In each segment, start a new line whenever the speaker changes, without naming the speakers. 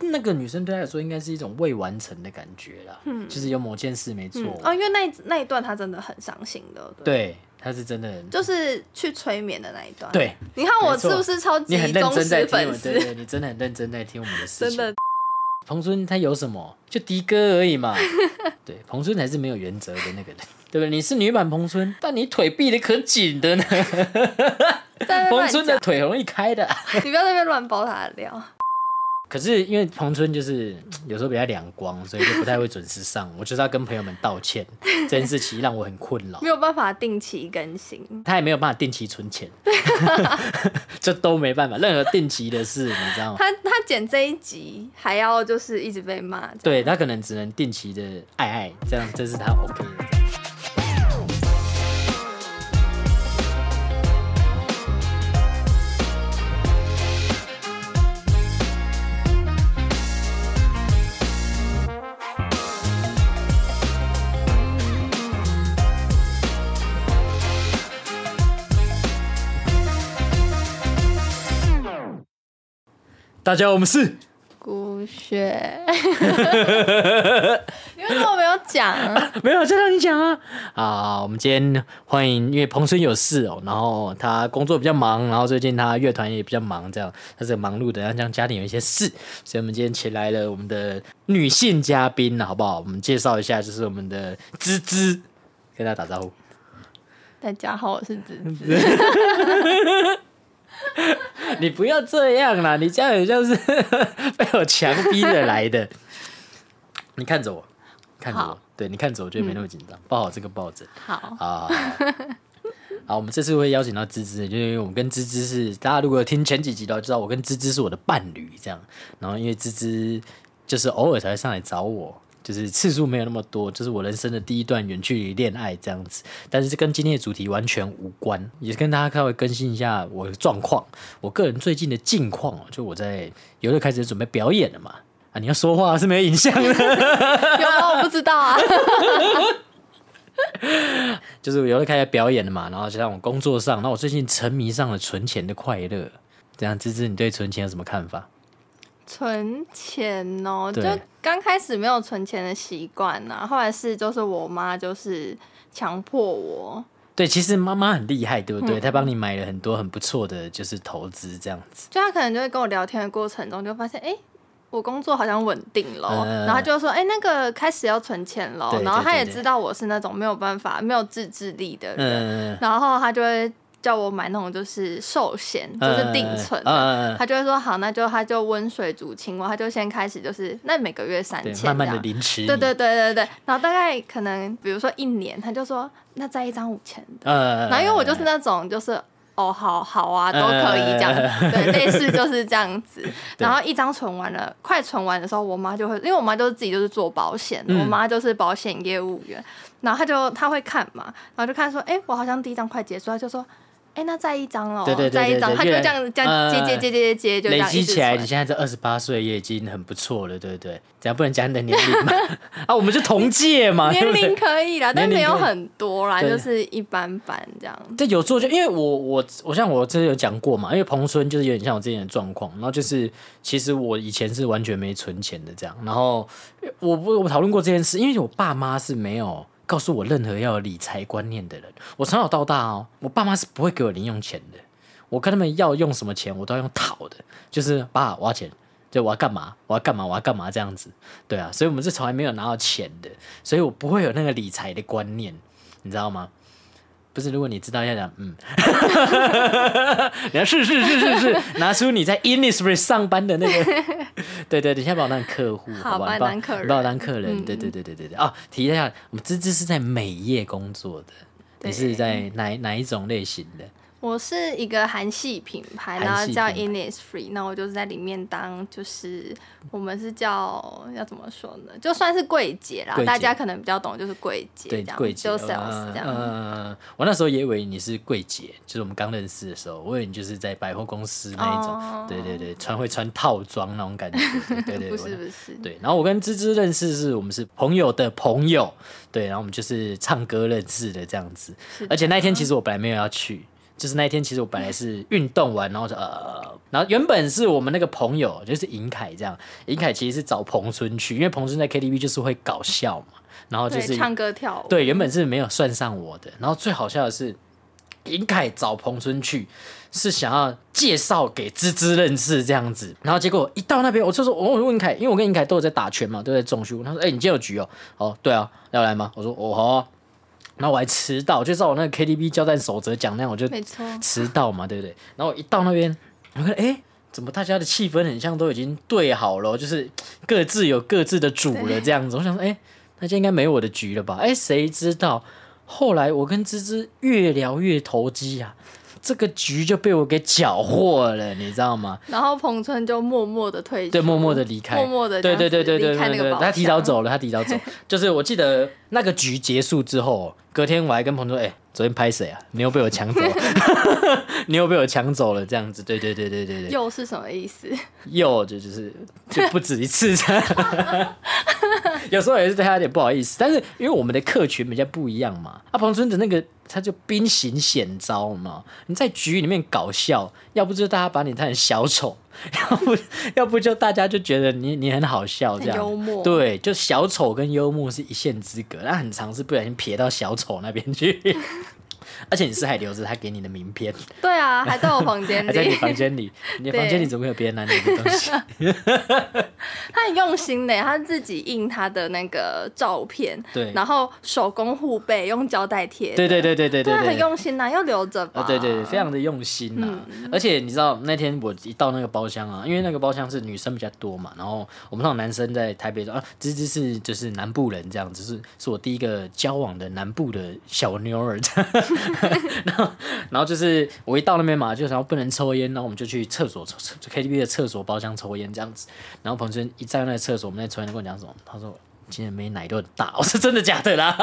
那个女生对他来说应该是一种未完成的感觉啦，嗯，就是有某件事没做
嗯
完，，
哦，因为那一那一段他真的很伤心的，对，
对，他是真的很
就是去催眠的那一段。，
对，
你看我
没错
是不是超级
你很认
忠
真在
实
听我
粉
们，
丝
对？对，你真的很认真在听我们的事
真
情。
的，
彭孙他有什么？就迪哥而已 嘛。对，彭孙才是没有原则的那个人，对不对？你是女版彭孙，但你腿闭得可紧的呢。
在那边
彭
乱
孙
讲
的，腿容易开的。
你不要在那边乱爆他的料。
可是因为彭春就是有时候比较两光，所以就不太会准时上。我就是要跟朋友们道歉，这件事情让我很困扰
没。有办法定期更新。
他也没有办法定期存钱， 这都没办法，任何定期的事，你知道吗？
他他剪这一集还要就是一直被骂，这样
对他可能只能定期的爱爱，这样这是他 OK 的。大家好，我们是
骨 血。你为什么没有讲？
没有，再让你讲啊！啊，我们今天欢迎，因为彭春有事哦，然后他工作比较忙，然后最近他乐团也比较忙，这样他是个忙碌的，然后家庭有一些事，所以我们今天请来了我们的女性嘉宾，好不好？我们介绍一下，就是我们的芝芝，跟大家打招呼。
大家好，我是 子子。
你不要这样啦，你这样也像是 被我强逼的来 的。你看着我，看着我
好，
对你看着我，觉得没那么紧张，抱好这个抱枕。
好，
啊。好，我们这次会邀请到芝芝，就是因为我们跟芝芝是大家如果有听前几集的话，知道我跟芝芝是我的伴侣这样。然后因为芝芝就是偶尔才会上来找我，就是次数没有那么多，就是我人生的第一段远距离恋爱这样子。但是这跟今天的主题完全无关，也是跟大家稍微更新一下我的状况，我个人最近的近况哦。就我在游乐开始准备表演了嘛，啊，你要说话是没有影像的。
有吗？我不知道啊。
就是有的开始表演了嘛，然后就让我工作上，那我最近沉迷上了存钱的快乐。这样，芝芝，你对存钱有什么看法？
存钱哦，就
对
刚开始没有存钱的习惯呐，后来是就是我妈就是强迫我，
对，其实妈妈很厉害，对不对？她帮你买了很多很不错的，就是投资这样子。
就她可能就会跟我聊天的过程中就发现，哎、我工作好像稳定咯，
嗯
然后她就说，哎、那个开始要存钱咯
对，
然后
对
她
对
也
对
知道我是那种没有办法、没有自制力的人，
嗯，
然后他就会叫我买那种就是寿险，就是定存的。
嗯嗯嗯嗯，
他就会说好，那就他就温水煮青蛙，他就先开始就是那每个月三
对，
千
慢
这
慢的
样。
凌迟你。
对对对对对，然后大概可能比如说一年，他就说那再一张五千的，
呃，嗯
然后因为我就是那种就是哦好好啊都可以这样，
嗯
对，类似就是这样子。然后一张存完了，快存完的时候，我妈就会，因为我妈就是自己就是做保险，的，
嗯
我妈就是保险业务员，然后她就她会看嘛，然后就看说，哎，我好像第一张快结束，她就说。哎，那再一张喽，
对对对
再一张，
对对
她就
越
这样这样
嗯
接接接接接，就这
累
样
积
一直
起来，你
存
现在这二十八岁也已经很不错了，对不对？怎样不能讲你的年龄嘛？啊，我们就同届嘛，对不
年
对
龄可以啦，但
年龄
没有
可以
很多啦，
对
就是一般般这样。
这有做就因为我我我像我之前有讲过嘛，因为彭村就是有点像我之前的状况，然后就是其实我以前是完全没存钱的这样，然后我不我讨论过这件事，因为我爸妈是没有告诉我任何要有理财观念的人，我从小到大哦，我爸妈是不会给我零用钱的，我跟他们要用什么钱，我都要用讨的，就是爸我要钱。就我要干嘛，我要干嘛，我要干嘛这样子，对啊，所以我们是从来没有拿到钱的，所以我不会有那个理财的观念，你知道吗？不是，如果你知道要讲，嗯， 你要是是是是是，拿出你在 Innisfree 上班的那个， 对对，你现在把我当客户，
好
好不
把
好？
你
你把
当客人嗯
你把我当客人，对对对对对对。哦，提一下，我们芝芝是在美业工作的，你
对
是在哪哪一种类型的？
我是一个韩系品牌，然
韩
后
系
叫
品
Innisfree，那我就是在里面当，就是我们是叫要怎么说呢？就算是柜姐啦
柜姐
大家可能比较懂，就是柜姐这
对，
样，
柜姐，
就 sales 这样。
呃，我那时候也以为你是柜姐，就是我们刚认识的时候，我以为你就是在百货公司那一种，
哦
对对对，穿会穿套装那种感觉，对对对，
不
我
是不是，
对，然后我跟芝芝认识是我们是朋友的朋友，对，然后我们就是唱歌认识的这样子。而且那一天其实我本来没有要去，就是那一天，其实我本来是运动完，然后就呃，然后原本是我们那个朋友，就是尹凯这样，尹凯其实是找彭孙去，因为彭孙在 KTV 就是会搞笑嘛，然后就
对，
是
唱歌跳舞，
对，原本是没有算上我的。然后最好笑的是，尹凯找彭春去是想要介绍给芝芝认识这样子，然后结果一到那边，我就说，我问尹凯，因为我跟尹凯都有在打拳嘛，都在中虚。他说，哎、你今天有局哦？哦，对啊，要来吗？我说，哦，好啊。然后我还迟到，就照我那个 KTV 交战守则讲那样，我就
没错，
迟到嘛，对不对？然后我一到那边，我看，哎、怎么大家的气氛很像，都已经对好了，就是各自有各自的主了这样子。我想说，哎、那就应该没我的局了吧？哎、谁知道后来我跟芝芝越聊越投机啊，这个局就被我给缴获了，你知道吗？
然后彭春就默默的退出，
对，默默的离开，
默默地这
对
样
对对对
子
对
离开
对
那个
对，
包
他提早
厢
走了，他提早走。 就是我记得那个局结束之后，哦隔天我还跟朋友说：“哎、昨天拍谁啊？你又被我抢走， 你又被我抢走了。”这样子，对对对对对对，
又是什么意思？
又就就是就不止一次 这样。有时候也是对他有点不好意思，但是因为我们的客群比较不一样嘛，阿、彭村的那个他就兵行险招嘛，你在局里面搞笑，要不就大家把你当成小丑， 要不要不就大家就觉得你你很好笑这样，
很幽默
对，就小丑跟幽默是一线之隔，那很常是不小心撇到小丑那边去， 而且你是还留着他给你的名片。
对啊，还在我房间
还在你
里，
房间里，你的
对
房间里怎么会有别人拿你的东西？
他很用心呢，他自己印他的那个照片，
对
然后手工护背，用胶带贴，
对对对对对
对啊，
对
很
对。
用心呐，要留着吧嗯
啊，，对对对，非常的用心呐、而且你知道那天我一到那个包厢啊，因为那个包厢是女生比较多嘛，然后我们那种男生在台北说啊，芝芝是就是南部人这样子，是是我第一个交往的南部的小妞儿， 然后就是我一到那边嘛，就然后不能抽烟，然后我们就去厕所抽抽 KTV 的厕所包厢抽烟这样子。然后彭春一站在那个厕所，我们在抽烟，他跟我讲什么？他说。今天没奶都很大，我 说真的假的啦？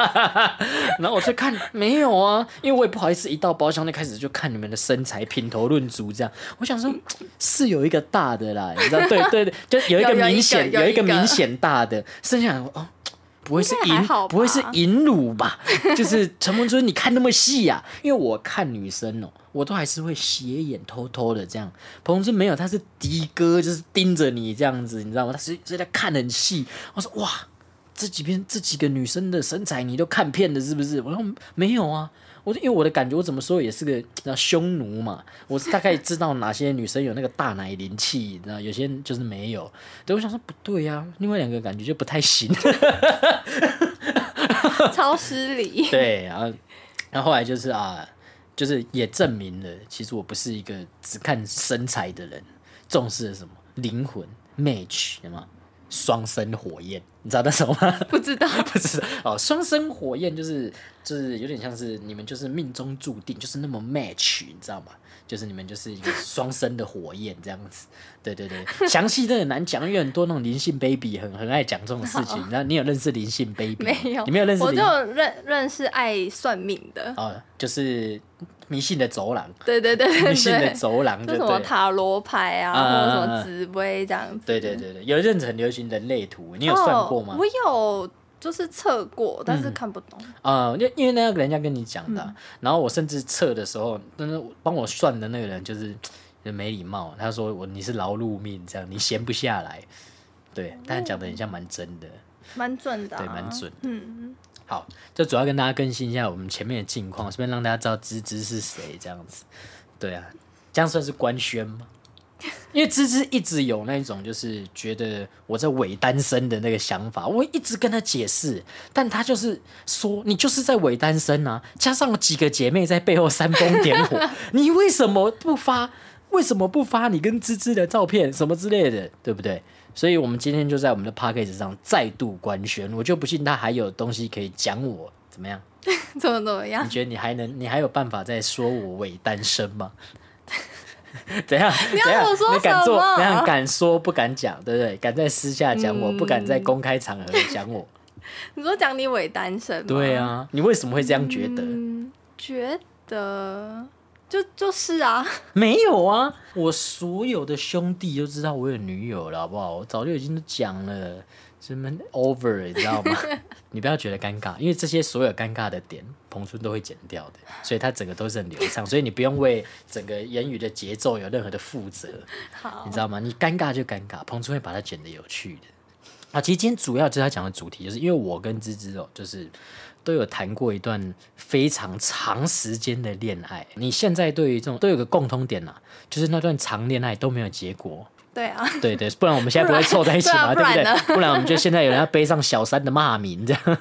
然后我就看没有啊，因为我也不好意思一到包厢就开始就看你们的身材品头论足这样。我想说是有一个大的啦，你知道？对对对，就有一个
有有一个
明显
有一
一个
个
明显大的，剩下的我哦，不会是
应该还
银
好吧
不会是淫辱吧？ 就是陈文春，你看那么细呀、啊？因为我看女生哦、我都还是会斜眼偷偷的这样。彭文春没有，他是的哥，就是盯着你这样子，你知道吗？他是是在看得很细。我说哇，这几篇这几个女生的身材你都看遍了是不是？我说没有啊。我因为我的感觉，我怎么说也是个你知道匈奴嘛，我是大概知道哪些女生有那个大奶灵气，然后有些就是没有。对，我想说不对呀、另外两个感觉就不太行。
超失礼。
对，然后然后后来就是啊，就是也证明了，其实我不是一个只看身材的人，重视了什么灵魂 match 什么双生火焰，你知道那什么吗？
不知道，
不知道哦，双生火焰就是就是有点像是你们就是命中注定，就是那么 match，你知道吗？就是你们就是一个双生的火焰这样子，对对对，详细真的很难讲，因为很多那种灵性 baby 很很爱讲这种事情。然后你有认识灵性 baby？吗
哦没有，
你没有认识
我
灵
就
性
有认认识爱算命的，
哦，就是迷信的走 廊，
对对对对
迷信的
对，
走廊
就
就
什
对
么
了。
塔罗牌啊，
啊
或者
啊
什
啊
么
啊
紫薇这样子。
对对对对，有一阵子很流行人类图，你
你
有算过吗嗯
我？有，就是测过，但是看不懂。
啊、因、因为那个人家跟你讲
嗯
的啊、然后我甚至测的时候，但是帮我算的那个人就是就没礼貌，他说我你是劳碌命，这样你闲不下来。对，但讲的很像蛮真的，
蛮准的、啊，
对，蛮。准。
嗯，
好，就主要跟大家更新一下我们前面的近况，顺便让大家知道芝芝是谁这样子。对啊，这样算是官宣吗？ 因为芝芝一直有那一种就是觉得我在伪单身的那个想法，我一直跟她解释，但她就是说你就是在伪单身啊，加上几个姐妹在背后煽风点 火，你为什么不发？为什么不发你跟芝芝的照片什么之类的，对不对？所以我们今天就在我们的 p a c k a g e 上再度官宣，我就不信她还有东西可以讲我怎么样？
怎么怎么样
你？觉得你还能，你还有办法再说我伪单身吗？ 怎样？
你要
怎样
我说
你敢做
什么
怎样敢说不敢讲，对不对？敢在私下讲我，不敢在公开场合讲我。
你说讲你伪单身吗？
啊嗯对，啊，你为什么会这样觉得？
嗯，觉得就就是啊，
没有啊，我所有的兄弟都知道我有女友了，好不好？我早就已经都讲了，什么 over，你知道吗？你不要觉得尴尬，因为这些所有尴尬的点，彭春都会剪掉的，所以他整个都是很流畅，所以你不用为整个言语的节奏有任何的负责，
好
你知道吗？你尴尬就尴尬，彭春会把它剪得有趣的。啊，其实今天主要就是他讲的主题，就是因为我跟芝芝哦，就是都有谈过一段非常长时间的恋爱。你现在对于这种都有个共通点啦、啊就是那段长恋爱都没有结果。
对啊，
对对，不然我们现在不会凑在一起嘛，
不然
对
对啊
不对？不然我们就现在有人要背上小三的骂名这样。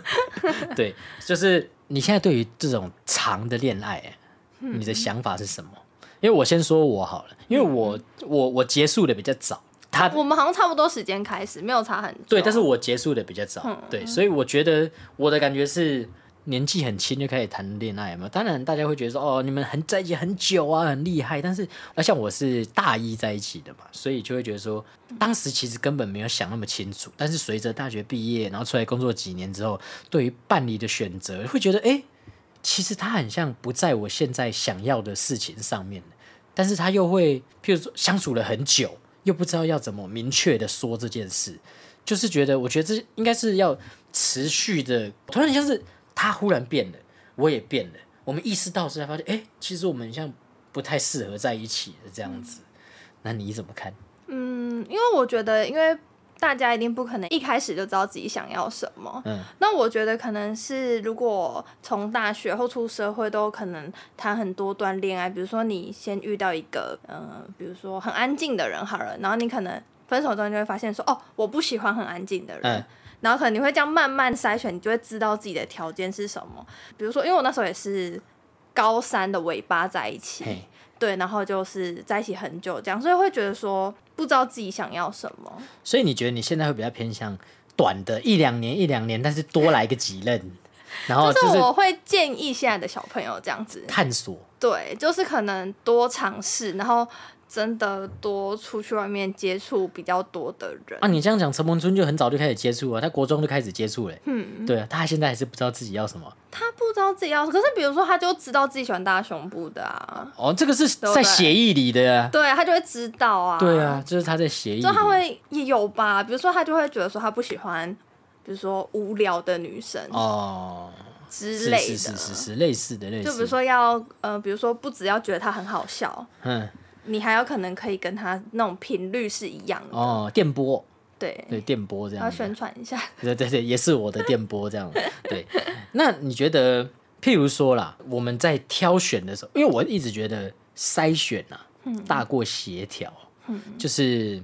对，就是你现在对于这种长的恋爱，你的想法是什么？因为我先说我好了，因为我
嗯
我我结束的比较早，他
我们好像差不多时间开始，没有差很多。
啊对，但是我结束的比较早，对，所以我觉得我的感觉是年纪很轻就开始谈恋爱嘛。当然，大家会觉得说哦，你们很在一起很久啊，很厉害。但是，而像我是大一在一起的嘛，所以就会觉得说，当时其实根本没有想那么清楚。但是随着大学毕业，然后出来工作几年之后，对于伴侣的选择，会觉得诶，其实他很像不在我现在想要的事情上面，但是他又会，譬如说相处了很久，又不知道要怎么明确的说这件事，就是觉得，我觉得这应该是要持续的，突然像是他忽然变了，我也变了，我们意识到之后才发现，哎、其实我们像不太适合在一起的这样子。那你怎么看？
嗯，因为我觉得，因为大家一定不可能一开始就知道自己想要什么。
嗯，
那我觉得可能是，如果从大学后出社会，都可能谈很多段恋爱。比如说，你先遇到一个，呃，比如说很安静的人好了，然后你可能分手之后，你就会发现说，哦，我不喜欢很安静的人。
嗯
然后可能你会这样慢慢筛选，你就会知道自己的条件是什么。比如说，因为我那时候也是高三的尾巴在一起，
嘿，
对，然后就是在一起很久这样，所以会觉得说不知道自己想要什么。
所以你觉得你现在会比较偏向短的一两年一两年，但是多来个几任，然后
就
哦就是是
我会建议现在的小朋友这样子，
探索。
对，就是可能多尝试，然后真的多出去外面接触比较多的人。
啊，你这样讲，陈鹏春就很早就开始接触了，他国中就开始接触了、嗯，对啊，他现在还是不知道自己要什么。
他不知道自己要，可是比如说他就知道自己喜欢大胸部的啊，
哦，这个是
不
在
对
协议里的、啊。
对他就会知道啊，
对啊，，这、就是他在协议里。
就他会也有吧，比如说他就会觉得说他不喜欢，比如说无聊的女生
哦，
之
是
类
是
的。
是是是类似的类似的，
就比如说要呃，比如说不只要觉得他很好笑，
嗯
你还有可能可以跟他那种频率是一样的，
哦电波
对，
对电波这
要
样子，
宣传一下。
对对对，也是我的电波这样对，那你觉得，譬如说啦，我们在挑选的时候，因为我一直觉得筛选啊
嗯
大过协调，就是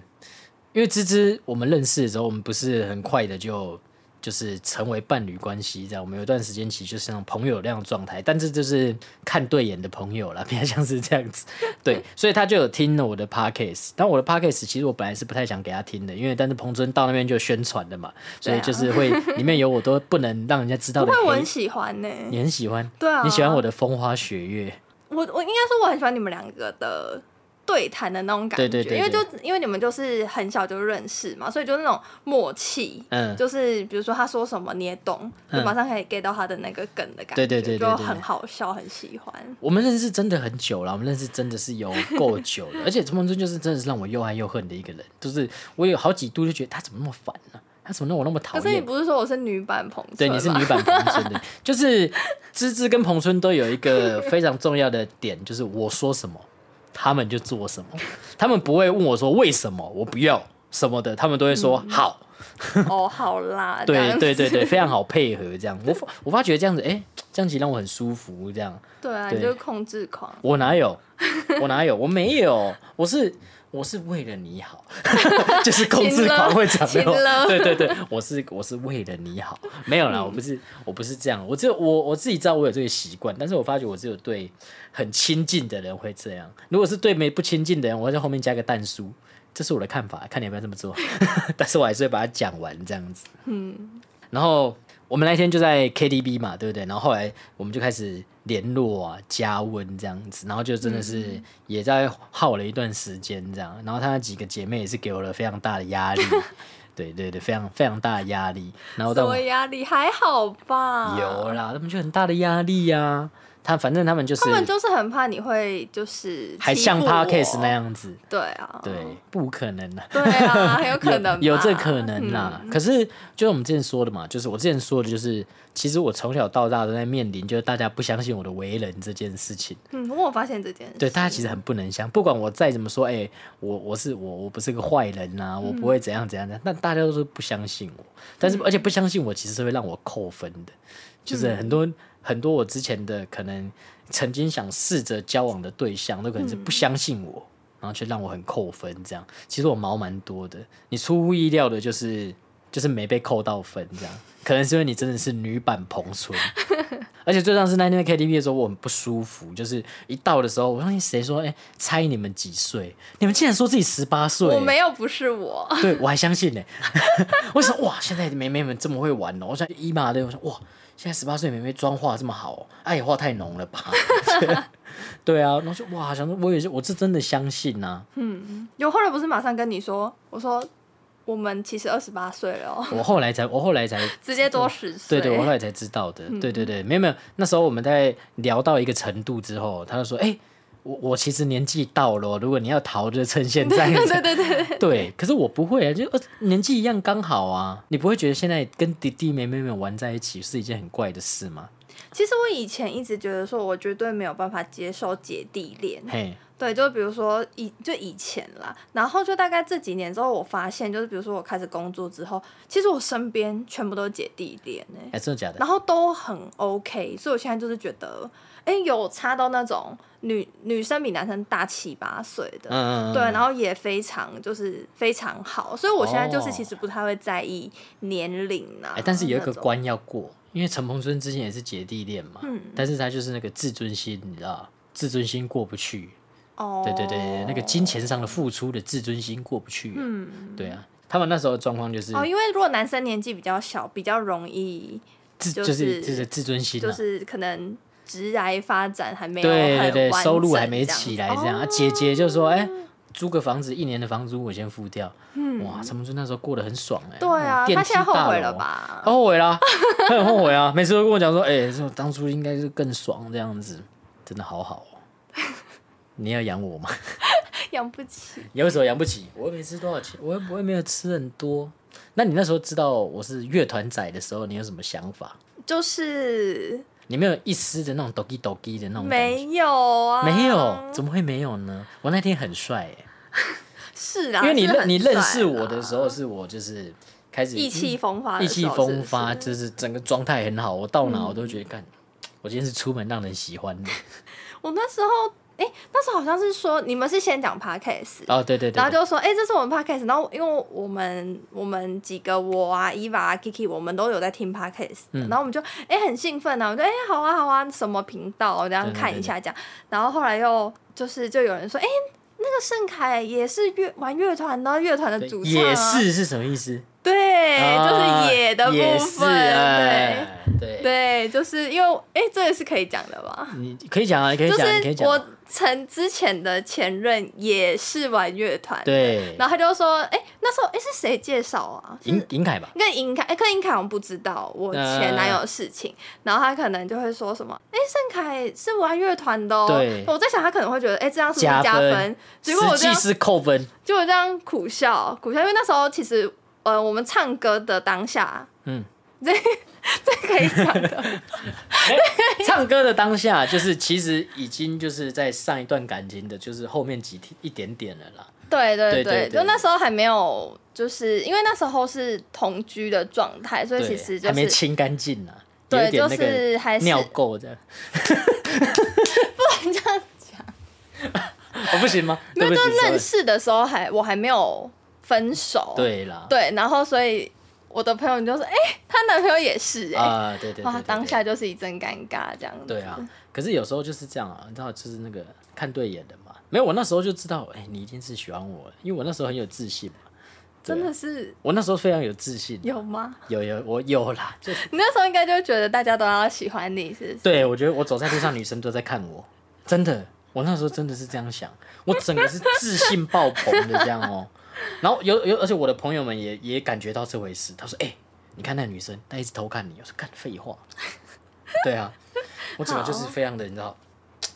因为芝芝，我们认识的时候，我们不是很快的就就是成为伴侣关系这样。我们有一段时间其实就是像朋友那样的状态，但是就是看对眼的朋友啦，比较像是这样子。对，所以他就有听了我的 podcast，但我的 podcast 其实我本来是不太想给他听的，因为但是彭尊到那边就宣传的嘛，所以
对啊
就是会里面有我都不能让人家知道
不
的
会，我
黑
很。喜欢呢、
你很喜欢，
对啊
你喜欢我的风花雪月，
我我应该说我很喜欢你们两个的对谈的那种感觉，
对对对
因为就因为你们就是很小就认识嘛，所以就那种默契。
嗯，
就是比如说他说什么你也懂，就
嗯
马上可以 get 到他的那个梗的感觉，
对对对对
就
对
很好笑，很喜欢。
我们认识真的很久了，我们认识真的是有 够久了，而且陈鹏尊就是真的是让我又爱又恨的一个人，就是我有好几度就觉得他怎么那么烦呢、他怎么让我那么讨
可
厌？
是你不是说我是女版彭
对，
春
你是
吗
女版彭春 的，就是芝芝跟彭春都有一个非常重要的点，就是我说什么，他们就做什么，他们不会问我说为什么我不要什么的，他们都会说
嗯
好，
哦，好啦，这
对
样
对对
子
对，非常好配合这样。我发我发觉这样子，哎、这样子让我很舒服，这样
对啊，
对
你就是控制狂。
我哪有，我哪有，我没有，我是。我是为了你好， 就是控制狂会长那种
亲 了，
对对对，我是我是为了你好，没有啦，我不是我不是这样，我只有我我自己知道我有这个习惯，但是我发觉我只有对很亲近的人会这样，如果是对没不亲近的人，我会在后面加个淡书，这是我的看法，看你要不要这么做， 但是我还是会把它讲完这样子，嗯，然后我们那天就在 KTV 嘛，对不对？然后后来我们就开始联络啊、加温这样子，然后就真的
嗯
是也在耗了一段时间这样，然后她那几个姐妹也是给我了非常大的压 力。对对对，非常非常大的压力。然后
什
但我
么压力？还好吧。
有啦，他们就很大的压力呀、啊他反正他们就是
他们就是很怕你会就是
还像
欺负我
podcast 那，样子，
对啊，
对，不可能的、
对啊，很有可能吧
有这可能啦。可是就是我们之前说的嘛，就是我之前说的，就是其实我从小到大都在面临，就是大家不相信我的为人这件事情。
嗯，我有发现这件事，
对，大家其实很不能相，不管我再怎么说，哎、我我是我我不是个坏人呐、我不会怎样怎样的，但大家都是不相信我。但是而且不相信我，其实是会让我扣分的，就是很多、很多我之前的可能曾经想试着交往的对象，都可能是不相信我，然后却让我很扣分。这样其实我毛蛮多的，你出乎意料的就是就是没被扣到分，这样可能是因为你真的是女版彭村。而且最重要是那天在 KTV 的时候，我很不舒服，就是一到的时候，我相信谁说，哎、猜你们几岁？你们竟然说自己十八岁，
我没有不是我，
对我还相信呢、 我想哇，现在的妹妹们这么会玩哦、我想一码的，我想哇，现在十八岁妹妹妆化这么好、哦，哎，化太浓了吧？ 对啊，然后就哇，想说我也是，我是真的相信啊呐、
有后来不是马上跟你说，我说我们其实二十八岁了哦，
我后来才，我后来才
直接多十岁，
对对，我 后来才知道的。
嗯
对对对，没有没有，那时候我们在聊到一个程度之后，他就说：“哎、我我其实年纪到了哦，如果你要逃，就趁现在。”
对对对 对，
对，可是我不会啊，就呃年纪一样刚好啊，你不会觉得现在跟弟弟妹妹们玩在一起是一件很怪的事吗？
其实我以前一直觉得说，我绝对没有办法接受姐弟恋，
嘿，
对，就比如说以就以前啦，然后就大概这几年之后，我发现就是比如说我开始工作之后，其实我身边全部都是姐弟恋呢、
哎、真的假的？
然后都很 OK，所以我现在就是觉得，哎、有差到那种女女生比男生大七八岁的，
嗯嗯嗯，
对，啊然后也非常就是非常好，所以我现在就是
哦
其实不太会在意年龄啊、
哎、但是有一个
那种，
关要过，因为陈鹏春之前也是姐弟恋嘛，
嗯
但是他就是那个自尊心，你知道，自尊心过不去，
哦，
对对对，那个金，钱上的付出的自尊心过不去、
嗯，
对啊，他们那时候的状况就是，
哦，因为如果男生年纪比较小，比较容易
自
就
就是
是
就是自尊心、啊，
就是可能职涯发展还没有
对对
很
对，
完
收入
整
还没
这样
起
子哦
来这样。啊、姐姐就说：“哎、租个房子，一年的房租我先付掉。哇，陈柏春那时候过得很爽哎、
嗯对啊，
电
他
梯
现在后
大
悔
楼
了？吧？
他后悔啦，他很后悔啊！每次都跟我讲说：“哎、这种当初应该是更爽这样子，真的好好哦、你要养我吗？
养不起，
你为什么养不起？我又没吃多少钱，我又我也没有吃很多。那你那时候知道我是乐团仔的时候，你有什么想法？
就是
你没有一丝的那种抖 o 抖 i 的那种感觉？
没有啊，
没有，怎么会没有呢？我那天很帅、哎。
是啊，
因为你
是
认
很
你认
帅
识我
啦
的时候，是我就是开始嗯
意气风发的
意
时
气
候是
风
不
发，
是嗯
就是整个状态很好。我到哪我都觉得干，我今天是出门让人喜欢的。
我那时候，哎、那时候好像是说你们是先讲 podcast，、
哦，对对对
然后
对，
就说，哎、这是我们 podcast，然后因为我们我们几个我啊、伊娃啊、Kiki，我们都有在听 podcast，、然
嗯
后我们就哎、很兴奋啊，我们就哎、好啊好啊，什么频道这样
对对
看一下这样，然后后来又就是就有人说，哎、那个盛凯也是乐玩乐团的，乐团的
对
主唱、啊、
也，是是什么意思？
对，
啊
就是野的
也
部
是
分，对。
哎对
对，就是因为哎、这个是可以讲的吧？
你可以讲啊，你可以
就
讲，你可以
是
讲。
我曾之前的前任也是玩乐团，
对，
然后他就说，哎、那时候哎、诶是谁介绍啊？是
尹尹凯吧，
跟尹凯，哎、跟尹凯我不知道我
呃
前男友的事情，然后他可能就会说什么，哎、盛凯是玩乐团的、哦，
对
我在想他可能会觉得，哎、这样是不是
加
加
分
结果我
实
这样
际是扣分。
结果这样苦笑苦笑，因为那时候其实呃，我们唱歌的当下，
嗯，
这这可以 讲的，
唱歌的当下，就是其实已经就是在上一段感情的，就是后面几天一点点了啦。
对对
对
对，
对对
就那时候还没有，就是因为那时候是同居的状态，所以
对，
其实就
还没
是
清干净呢，有
对，
一点
就
那个
是还是
尿垢 这样。
这样 讲，
我哦不行吗？
没有，
对
就
不起
认识的时候还我还没有分手，
sorry 对啦，
对，然后所以我的朋友就说，哎、她男朋友也是哎、
啊，对对对，
哇
对，
当下就是一阵尴尬这样子，
对啊。可是有时候就是这样啊，你知道，就是那个看对眼的嘛。没有，我那时候就知道，哎，你一定是喜欢我，因为我那时候很有自信嘛。对啊
真的是
我那时候非常有自信，啊
有吗？
有有我有啦，就
你那时候应该就觉得大家都要喜欢你，是不是？
对我觉得我走在路上，女生都在看我，真的，我那时候真的是这样想，我整个是自信爆棚的这样哦。然后有有，而且我的朋友们也也感觉到这回哦 事，他说：“哎、你看那女生，她一直偷看你。”我说：“看废话。”对啊，我整个就是非常的，你知道，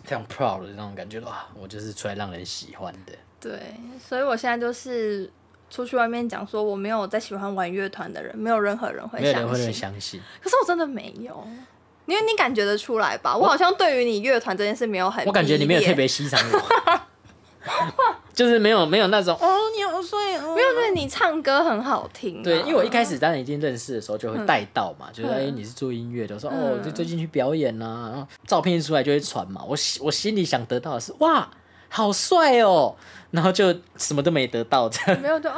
非常 proud 的那种感觉，哇，我就是出来让人喜欢的。
对，所以我现在就是出去外面讲说我没有再喜欢玩乐团的人，没有任何人会
没有人
相
会
信。
能相信，
可是我真的没有，因为你感觉得出来吧？我好像对于你乐团这件事没有很，
我感觉你没有特，别欣赏我， 就是没有没有那种哦，你好帅哦，
没有对你唱歌很好听、啊。
对，因为我一开始当然一定认识的时候就会带到嘛，就是哎、
嗯
你是做音乐的，我说、
嗯
哦，就最近去表演呐、然后照片一出来就会传嘛。我心我心里想得到的是哇，好帅哦，然后就什么都没得到，这样
没有就哦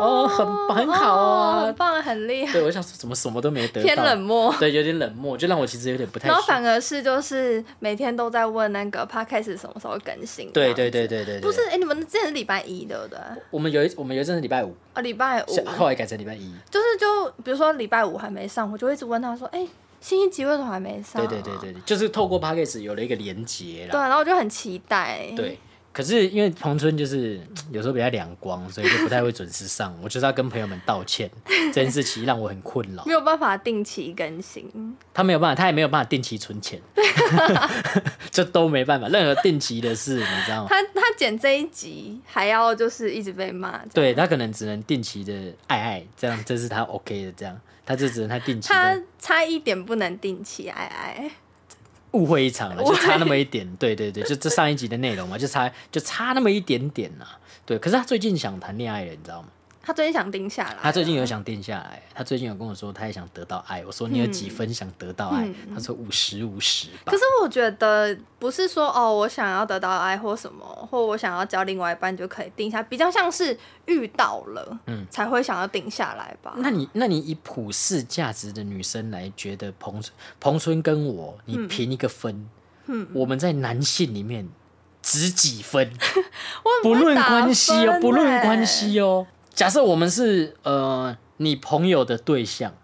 哦很棒很好啊
哦很棒，很厉害，
对我想说怎么什么都没得到，
偏冷漠。
对，有点冷漠，就让我其实有点不太
然后
舒服。
反而是就是每天都在问那个 podcast 什么时候更新。
对
这
对
样
对对对对，
不是，哎、你们之前是礼拜一对不对？啊，
我们有一我们有一阵是礼拜五，
礼拜五。
后来改成礼拜一，
就是就比如说礼拜五还没上，我就一直问他说，哎、新一集为什么还没上、
对对对。对，对就是透
哦
过 p a c k a g e 有了一个连接
对，啊
啦，
然后我就很期待。
对。可是因为彭春就是嗯有时候比较两光，所以就不太会准时上。我就是要跟朋友们道歉，这件事情让我很困扰
没。有办法定期更新，
他没有办法，他也没有办法定期存钱， 这都没办法。任何定期的事，你知道吗？
他他剪这一集还要就是一直被骂，
对他可能只能定期的爱爱，这样这是他 OK 的，这样他就只能他定期
他
的
差一点不能定期哎爱爱，
误会一场了，就差那么一点。对对对，就这上一集的内容嘛，就差就差那么一点点呐、对，可是他最近想谈恋爱了，你知道吗？
他最近想定下来，
他最近有想定下来，他最近有跟我说他也想得到爱。我说你有几分想得到爱？他说五十五十吧
嗯可。是我觉得不是说哦，我想要得到爱或什么，或我想要交另外一半就可以定下，比较像是遇到了，嗯，才会想要定下来吧。
那你那你以普世价值的女生来觉得彭春彭春跟我，你评一个分，
嗯
我们在男性里面值几分？
我
不
很会
论
打
关系哦，
分
不论
欸
关，系哦。假设我们是呃你朋友的对象，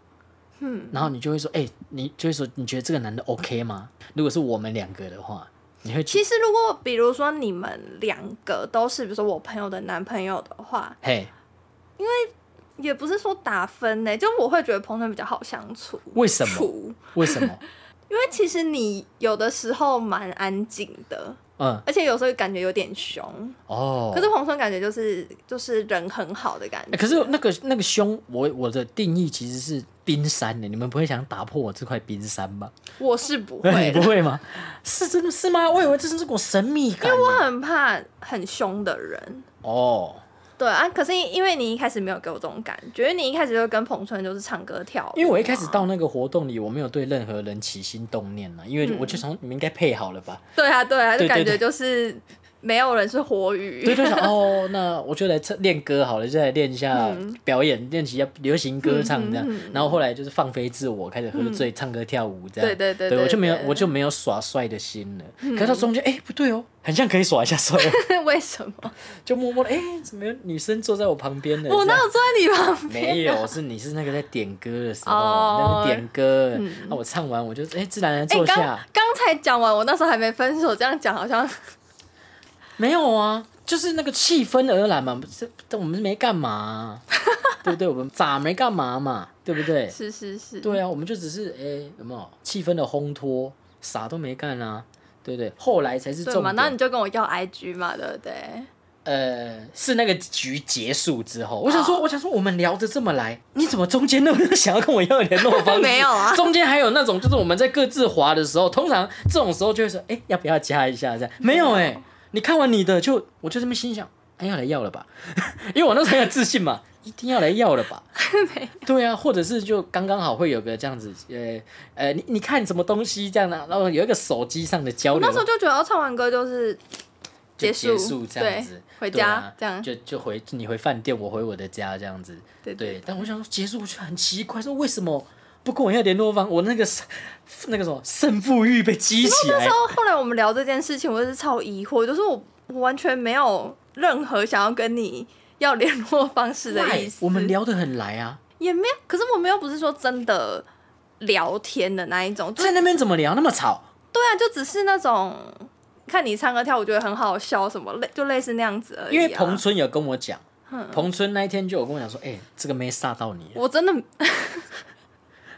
嗯，然后你就会说，哎、你就会说，你觉得这个男的 OK 吗？如果是我们两个的话，你会
其实如果比如说你们两个都是，比如说我朋友的男朋友的话，
嘿，
也不是说打分欸呢、就我会觉得彭春比较好相处。
为什么
处
为什么？
因为其实你有的时候蛮安静的，
嗯，
而且有时候感觉有点凶。
哦，
可是彭春感觉就是就是人很好的感觉。
欸可是那个那个胸，我我的定义其实是冰山欸的，你们不会想打破我这块冰山吧？
我是 不
哎你
会
不
的，
会吗？是真的是吗？我以为这是种神秘感。
我很怕很凶的人。
哦，
对啊，可是因为你一开始没有给我这种感觉，因为你一开始就跟彭春就是唱歌跳舞，啊
因为我一开始到那个活动里，我没有对任何人起心动念啊呢，因为我就想你们应该配好了吧，
对啊对啊，就
对对
感觉
对
就是没有人是活鱼，
所以就想哦，那我就来测练歌好了，就来练一下
嗯
表演，练习一下流行歌唱这样。然后后来就是放飞自我，开始喝醉、唱歌、跳舞这样。
嗯对对对
对，
对
我就没有
对嗯
我就没有耍帅的心了。可是到中间，哎，不对哦，很像可以耍一下帅哦。
为什么？
就默默的，哎、怎么有女生坐在我旁边呢？
我
这
哪
样
有坐在你旁边？
没有，是你是那个在点歌的时候，
哦
那个点歌，那、我唱完我就哎、自然而然
哎，
坐
刚
下。
刚才讲完，我那时候还没分手，这样讲好像？
没有啊，就是那个气氛而来嘛，不是但我们没干嘛啊、对不对？我们咋没干嘛嘛，对不对
是是是，
对啊，我们就只是哎、有没有气氛的烘托，啥都没干啊，对不对？后来才是
对
重
嘛？
点。
然后你就跟我要 IG 嘛，对不对？
呃，是那个局结束之后，我想
哦
说，我想说，我们聊得这么来，你怎么中间那么想要跟我要联络方式？
没有啊
中间还有那种，就是我们在各自滑的时候，通常这种时候就会说，哎、要不要加一下？这样没有哎、
啊
你看完你的就，我就这么心想，哎、要来要了吧， 因为我那时候很有自信嘛，一定要来要了 吧。对啊，或者是就刚刚好会有个这样子，呃呃，你你看什么东西这样的、然后有一个手机上的交
我
流。
那时候就觉得要哦唱完歌就是
就
结
结
束
束这样子，
对回
对啊
家这样
就就回你回饭店，我回我的家这样子。
对对
对，但我想说结束，我就很奇怪，说为什么不跟我要联络方？我那个那个什么胜负欲被激起
那
来
时，候后来我们聊这件事情，我就是超疑惑，就是我我完全没有任何想要跟你要联络方式的意
Why？
思，
我们聊得很来啊，
也没有，可是我们又不是说真的聊天的那一种，就是
在那边怎么聊那么吵？
对啊，就只是那种看你唱歌跳舞觉得很好笑什么类，就类似那样子而已、啊。
因为彭春有跟我讲，彭春那一天就有跟我讲说，哎，这个没杀到你啊，
我真的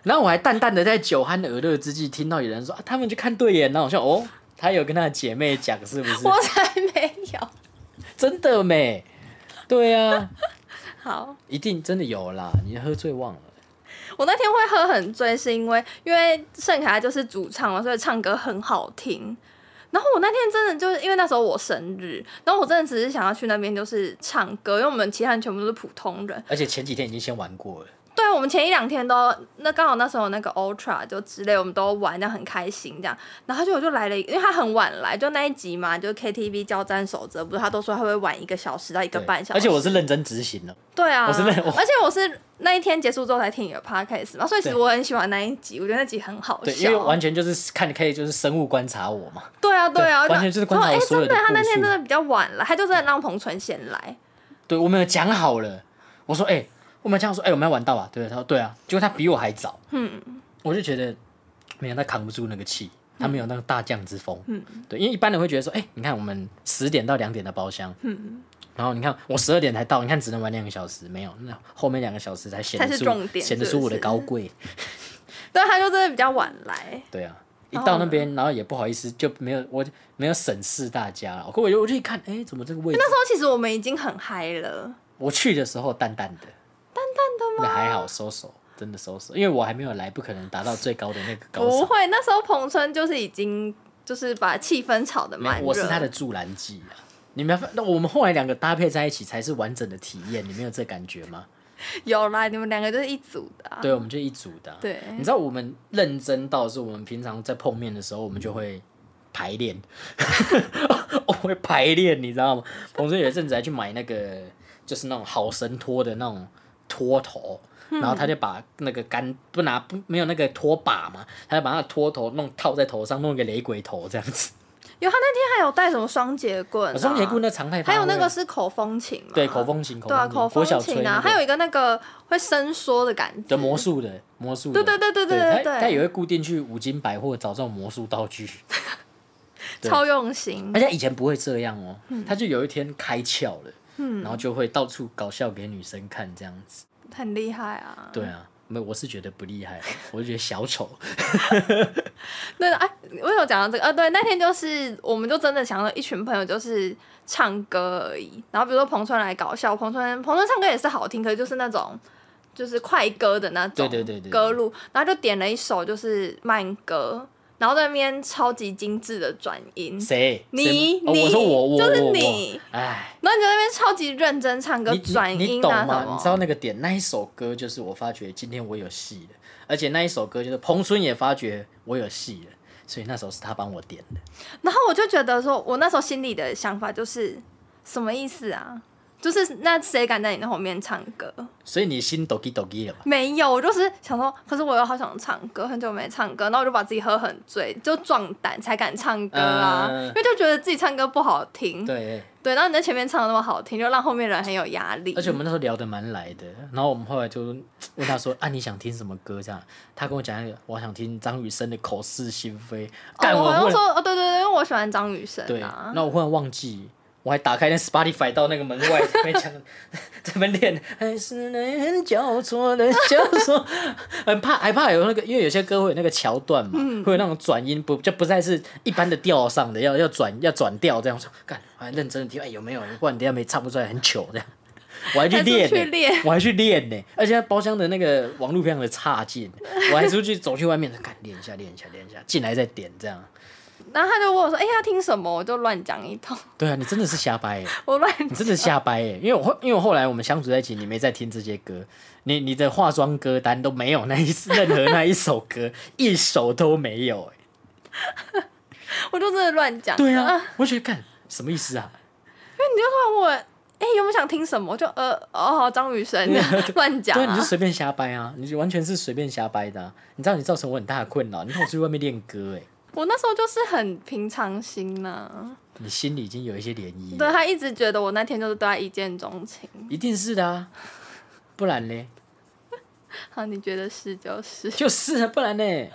然后我还淡淡的在酒酣耳热之际，听到有人说、啊、他们去看对眼，然后我说哦，他有跟他的姐妹讲是不是？
我才没有。
真的没？对啊，
好，
一定真的有啦，你喝醉忘了。
我那天会喝很醉，是因为因为盛凯他就是主唱嘛，所以唱歌很好听。然后我那天真的就是因为那时候我生日，然后我真的只是想要去那边就是唱歌，因为我们其他人全部都是普通人。
而且前几天已经先玩过了，
对，我们前一两天都那刚好那时候有那个 Ultra 就之类，我们都玩的很开心这样。然后就我就来了一个，因为他很晚来，就那一集嘛，就 KTV 交战守则，不是他都说他会晚一个小时到一个
对
半小时。
而且我是认真执行了。
对啊，
我是认我
而且我是那一天结束之后才听你的 podcast 嘛，所以其实
对
我很喜欢那一集，我觉得啊那集很好
对，因为
笑
完。全就是看可以就是生物观察我嘛。
对啊，对啊，
对完全就是观察
然后
我
诶
所有
真
的
的，他
步
那天
数
真的比较晚了，他就真的让彭纯先来，
对，我们有讲好了，我说哎、我们这样说哎、我们要玩到吧？对，他说对啊，结果他比我还早，
嗯，
我就觉得没有他扛不住那个气。他没有那个大将之风，嗯，对，因为一般人会觉得说，哎、你看我们十点到两点的包厢，嗯，然后你看我十二点才到，你看只能玩两个小时，没有，那后面两个小时才显
才
得
是
出
重点
显得
是
出
不
我的
是
高贵，
对，他就真的比较晚来。
对啊，一
然后
到那
呢
边，然后也不好意思，就没有我没有审视大家了。可我就我就一看，哎、怎么这个位置？
那时候其实我们已经很嗨了，
我去的时候淡淡的，淡淡的吗？还好，收手，真的收手，因为我还没有来，不可能达到最高的那个高
不
潮。
会，那时候彭春就是已经就是把气氛炒得
没
蛮
有，
热，
我是他的助燃剂啊。你们要那我们后来两个搭配在一起才是完整的体验，你没有这感觉吗？
有啦，你们两个就是一组的、啊，
对，我们就一组的啊、
对
你知道我们认真到是，我们平常在碰面的时候，我们就会排练， 我会排练，你知道吗？彭春有一阵子还去买那个，就是那种好神拖的那种拖头。
嗯
然后他就把那个杆不拿不没有那个拖把嘛，他就把那个拖头弄套在头上，弄一个雷鬼头这样子。
有他那天还有带什么双节棍、啊，
双节棍的常态发挥
还
啊，
有那个是口风琴嘛，
对口风琴，
对啊，
口
口
风
风
琴国小吹
琴
那
啊，
个
还有一个那个会伸缩的感觉，
的魔术的魔术的，
嗯对对对对对对
他
对嗯
他也会固定去五金百货找这种魔术道具。对
超用心
而，且以前不会这样哦、
嗯
他就有一天开窍了，然后就会到处搞笑给女生看这样子。
很厉害啊。
对啊，没有，我是觉得不厉害， 我就觉得小丑。
对的，哎，为什么讲到这个？呃，对，那天就是我们就真的想到一群朋友就是唱歌而已，然后比如说彭川来搞笑，彭川彭川唱歌也是好听，可是就是那种。就是快歌的那种
对对对对对
歌路，然后就点了一首就是慢歌，然后在那边超级精致的转音，
谁？
你
谁哦
你
我说我我
就是
我我
你
哎，
然后你在那边超级认真唱歌
你
转
你你
音
懂
啊
吗？你知
什
道
么，
那个点那一首歌，就是我发觉今天我有戏了，而且那一首歌就是彭春也发觉我有戏了，所以那首是他帮我点的。
然后我就觉得说，我那时候心里的想法就是什么意思啊？就是那谁敢在你的后面唱歌？
所以你心抖 o 抖 i 了吧？
没有，我就是想说，可是我又好想唱歌，很久没唱歌，然后我就把自己喝很醉，就壮胆才敢唱歌啊，
嗯
因为就觉得自己唱歌不好听，
对，
对，然后你在前面唱的那么好听，就让后面人很有压力，
而且我们那时候聊得蛮来的，然后我们后来就问他说：“啊，你想听什么歌？”这样，他跟我讲一个，我想听张雨生的《口是心非》。干、
哦，我
忽
好像
然
说，哦，对对对，因为我喜欢张雨生
对，
啊，
那我忽然忘记，我还打开那 Spotify 到那个门 外这边讲， 这边练，还是能交错的交错， 很怕害怕有那个，因为有些歌会有那个桥段嘛，
嗯
会有那种转音，不就不再是一般的调上的，要要转要转调这样。我说干，我还认真的听，哎、有没有？不然等一下没唱不出来，很糗 这样。我还去
还出
练、
去
呢，
练
我还去练呢、而且包厢的那个网络非常的差 劲，我还出去走去外面，看练一下，练一下，练一下，进来再点这样。
然后他就问我说，哎、要听什么？我就乱讲一通，
对啊，你真的是瞎掰、欸。
我乱
你真的瞎掰耶、因为我后因为我后来我们相处在一起，你没在听这些歌，你你的化妆歌单都没有那一任何那一首歌， 一首都没有、欸。
我就真的乱讲。嗯
对
然后
啊，我觉得干什么意思啊？
你就突然问我，哎、有没有想听什么？我就呃，哦，好张雨生 乱讲
对啊，你就
啊。
随便瞎掰啊，你就完全是随便瞎掰的、啊。你知道你造成我很大的困扰，你看我出去外面练歌、欸，
我那时候就是很平常心呐、啊
你心里已经有一些涟漪
对
了，
他一直觉得我那天就是对他一见钟情。
一定是的啊，不然嘞，
好，你觉得是就是。
就是啊，不然嘞，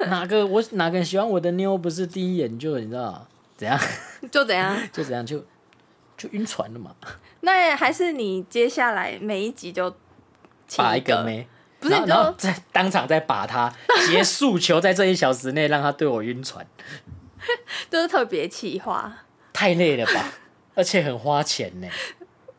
哪个我哪个人喜欢我的妞，不是第一眼就你知道怎样
就怎样？
就怎样就就晕船了嘛。
那还是你接下来每一集就请
把一
个
个妹，
不是
然后
你
然后
就
在当场再把 他结束球，在这一小时内让他对我晕船，
就是特别企划，
太累了吧？而且很花钱呢。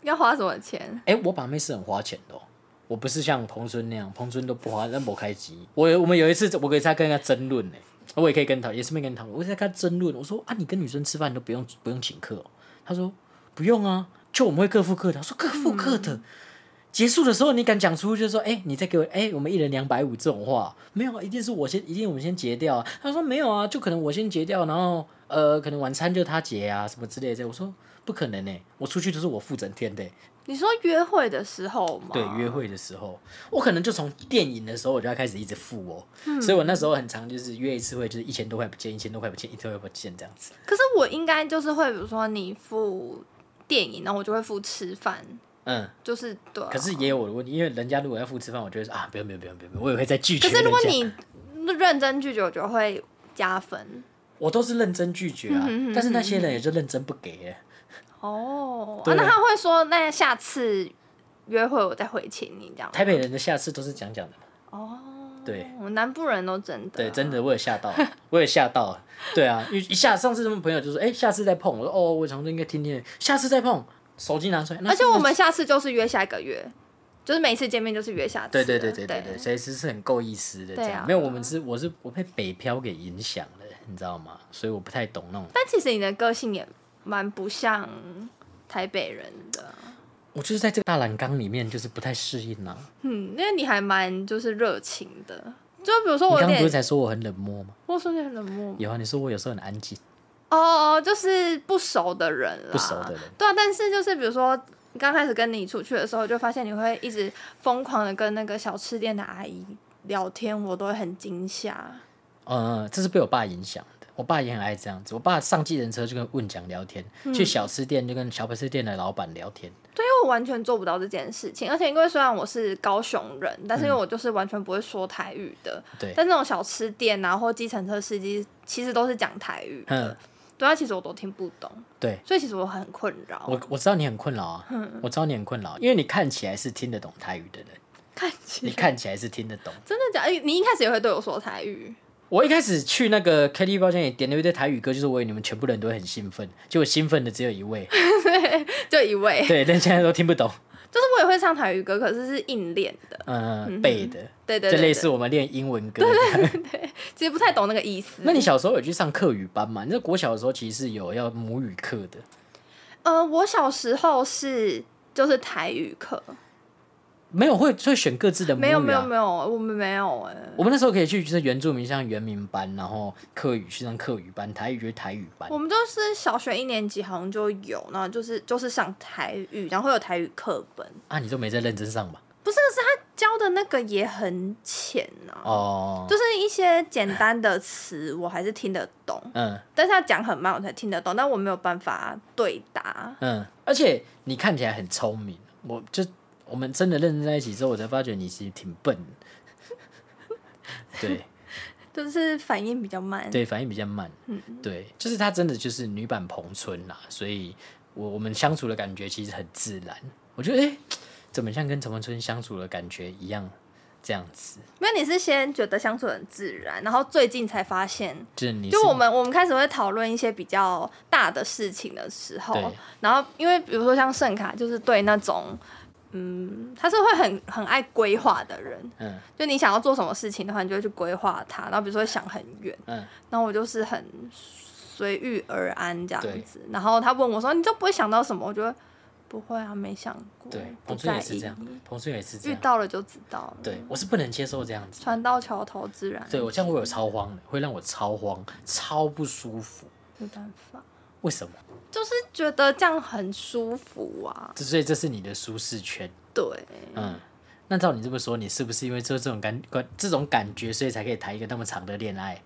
要花什么钱？
哎、我把妹是很花钱的、哦，我不是像彭尊那样，彭尊都不花，那我开机。我有我们有一次，我跟他跟人家争论呢、我也可以跟他也是没跟他讨论，我在跟他争论，我说啊，你跟女生吃饭你都不用不用请客、哦，他说不用啊，就我们会各付各的，我说各付各的。结束的时候，你敢讲出就是说，哎、你再给我，哎、我们一人两百五这种话，没有啊，一定是我先，一定我们先结掉啊。他说没有啊，就可能我先结掉，然后呃，可能晚餐就他结啊，什么之类的。我说不可能呢、我出去都是我付整天的欸、
你说约会的时候吗？
对，约会的时候，我可能就从电影的时候我就要开始一直付哦，
嗯
所以我那时候很常就是约一次会就是一千多块不见，一千多块不见，一千多块不见这样子。
可是我应该就是会，比如说你付电影，然后我就会付吃饭，
嗯，
就是对啊、
可是也有我的问题，因为人家如果要付吃饭，我就会说啊，不用不用不用不用，我也会再拒绝
可
人家。
是如果你认真拒绝，我就会加分
我都是认真拒绝
嗯
啊，但是那些人也就认真不给耶。
哦、啊
对
那他会说，那下次约会我再回请你这样
台北人的下次都是讲讲的，
哦。
对，
我南部人都哦真的
对，真的我有吓 到，我也吓到，对啊，因为一下上次他们朋友就说，哎、下次再碰，我说哦，我想说应该听听，下次再碰，手机拿出来，那
而且我们下次就是约下一个月，就是每一次见面就是约下次
对
了。
对对对对
对
对，所以是是很够意思的这
对
样。
啊
没有，我们是我是我被北漂给影响了，你知道吗？所以我不太懂那种。
但其实你的个性也蛮不像台北人的，
我就是在这个大染缸里面，就是不太适应啊。
嗯，因为你还蛮就是热情的。就比如说
你
我有
刚刚不是
点，
才说我很冷漠吗？
我说你很冷漠吗
有啊，你说我有时候很安静，
哦，就是不熟的人啦，
不熟的人
对啊，但是就是比如说。刚开始跟你出去的时候，就发现你会一直疯狂的跟那个小吃店的阿姨聊天，我都会很惊吓。啊
嗯，这是被我爸影响的。我爸也很爱这样子。我爸上计程车就跟问讲聊天，
嗯
去小吃店就跟小吃店的老板聊天。
对，因为我完全做不到这件事情，而且因为虽然我是高雄人，但
嗯
是因为我就是完全不会说台语的，
对，
但那种小吃店啊或计程车司机其实都是讲台语的，
嗯
对啊，其实我都听不懂，
对，
所以其实我很困扰。
我我知道你很困扰啊，
嗯
我知道你很困扰，因为你看起来是听得懂台语的人，
看起
你
来
看起来是听得懂。
真的假的？哎你一开始也会对我说台语，
我一开始去那个 KTV 包间也点了一堆台语歌，就是我以为你们全部人都会很兴奋，结果兴奋的只有一 位，
就一位，
对，但现在都听不懂，
就是我也会唱台语歌，可是是硬练的，
嗯、呃，背的，
对对
就
对
类
对
似我们练英文歌。
其实不太懂那个意思。
那你小时候有去上课语班吗？你在国小的时候其实是有要母语课的，
呃，我小时候是就是台语课，
没有会会选各自的母语、啊？
没有没有没有，我们没有哎、
我们那时候可以去就是原住民像原民班，然后课语去上课语班，台语就是台语班
我。们就是小学一年级好像就有，然后就是就是上台语，然后会有台语课本。
啊，你都没在认真上吧？
不是，可是他教的那个也很浅啊，
哦，
就是一些简单的词我还是听得懂，
嗯。
但是他讲很慢我才听得懂，但我没有办法对答。
嗯，而且你看起来很聪明，我就我们真的认真在一起之后，我才发觉你其实挺笨的。对
就是反应比较慢，
对，反应比较慢。
嗯
对，就是她真的就是女版彭春啦，所以我我们相处的感觉其实很自然。我觉得哎、诶怎么像跟陈文春相处的感觉一样，这样子，
因为你是先觉得相处很自然，然后最近才发现，
就是你
就是我们我们开始会讨论一些比较大的事情的时候
对，
然后因为比如说像盛卡，就是对那种。嗯，他是会很很爱规划的人，
嗯
就你想要做什么事情的话，你就会去规划它。然后比如说想很远，
嗯，
然后我就是很随遇而安这样子。然后他问我说：“你就不会想到什么？”我觉得不会啊，没想过，
对，
不
彭春
在
也是
意
这。样，彭春也是这
遇
样，
到了就知道了。
对我是不能接受这样子。
船到桥头自然，
对我这样会有超慌的，会让我超慌，超不舒服。
没办法，
为什么？
就是觉得这样很舒服啊。
这所以这是你的舒适圈。
对，
嗯，那照你这么说，你是不是因为就这种感感这种感觉，所以才可以谈一个那么长的恋爱？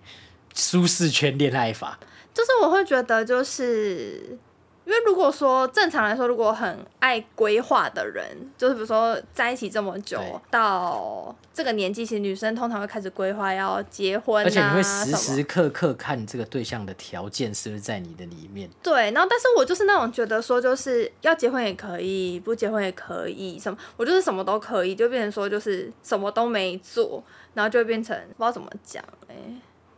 舒适圈恋爱法，
就是我会觉得，就是因为如果说正常来说，如果很爱规划的人，就是比如说在一起这么久
对，
到这个年纪，其实女生通常会开始规划要结婚、啊，
而且你会时
什么
时刻刻看这个对象的条件是不是在你的里面。
对，然后但是我就是那种觉得说，就是要结婚也可以，不结婚也可以，什么我就是什么都可以，就变成说就是什么都没做，然后就会变成不知道怎么讲哎、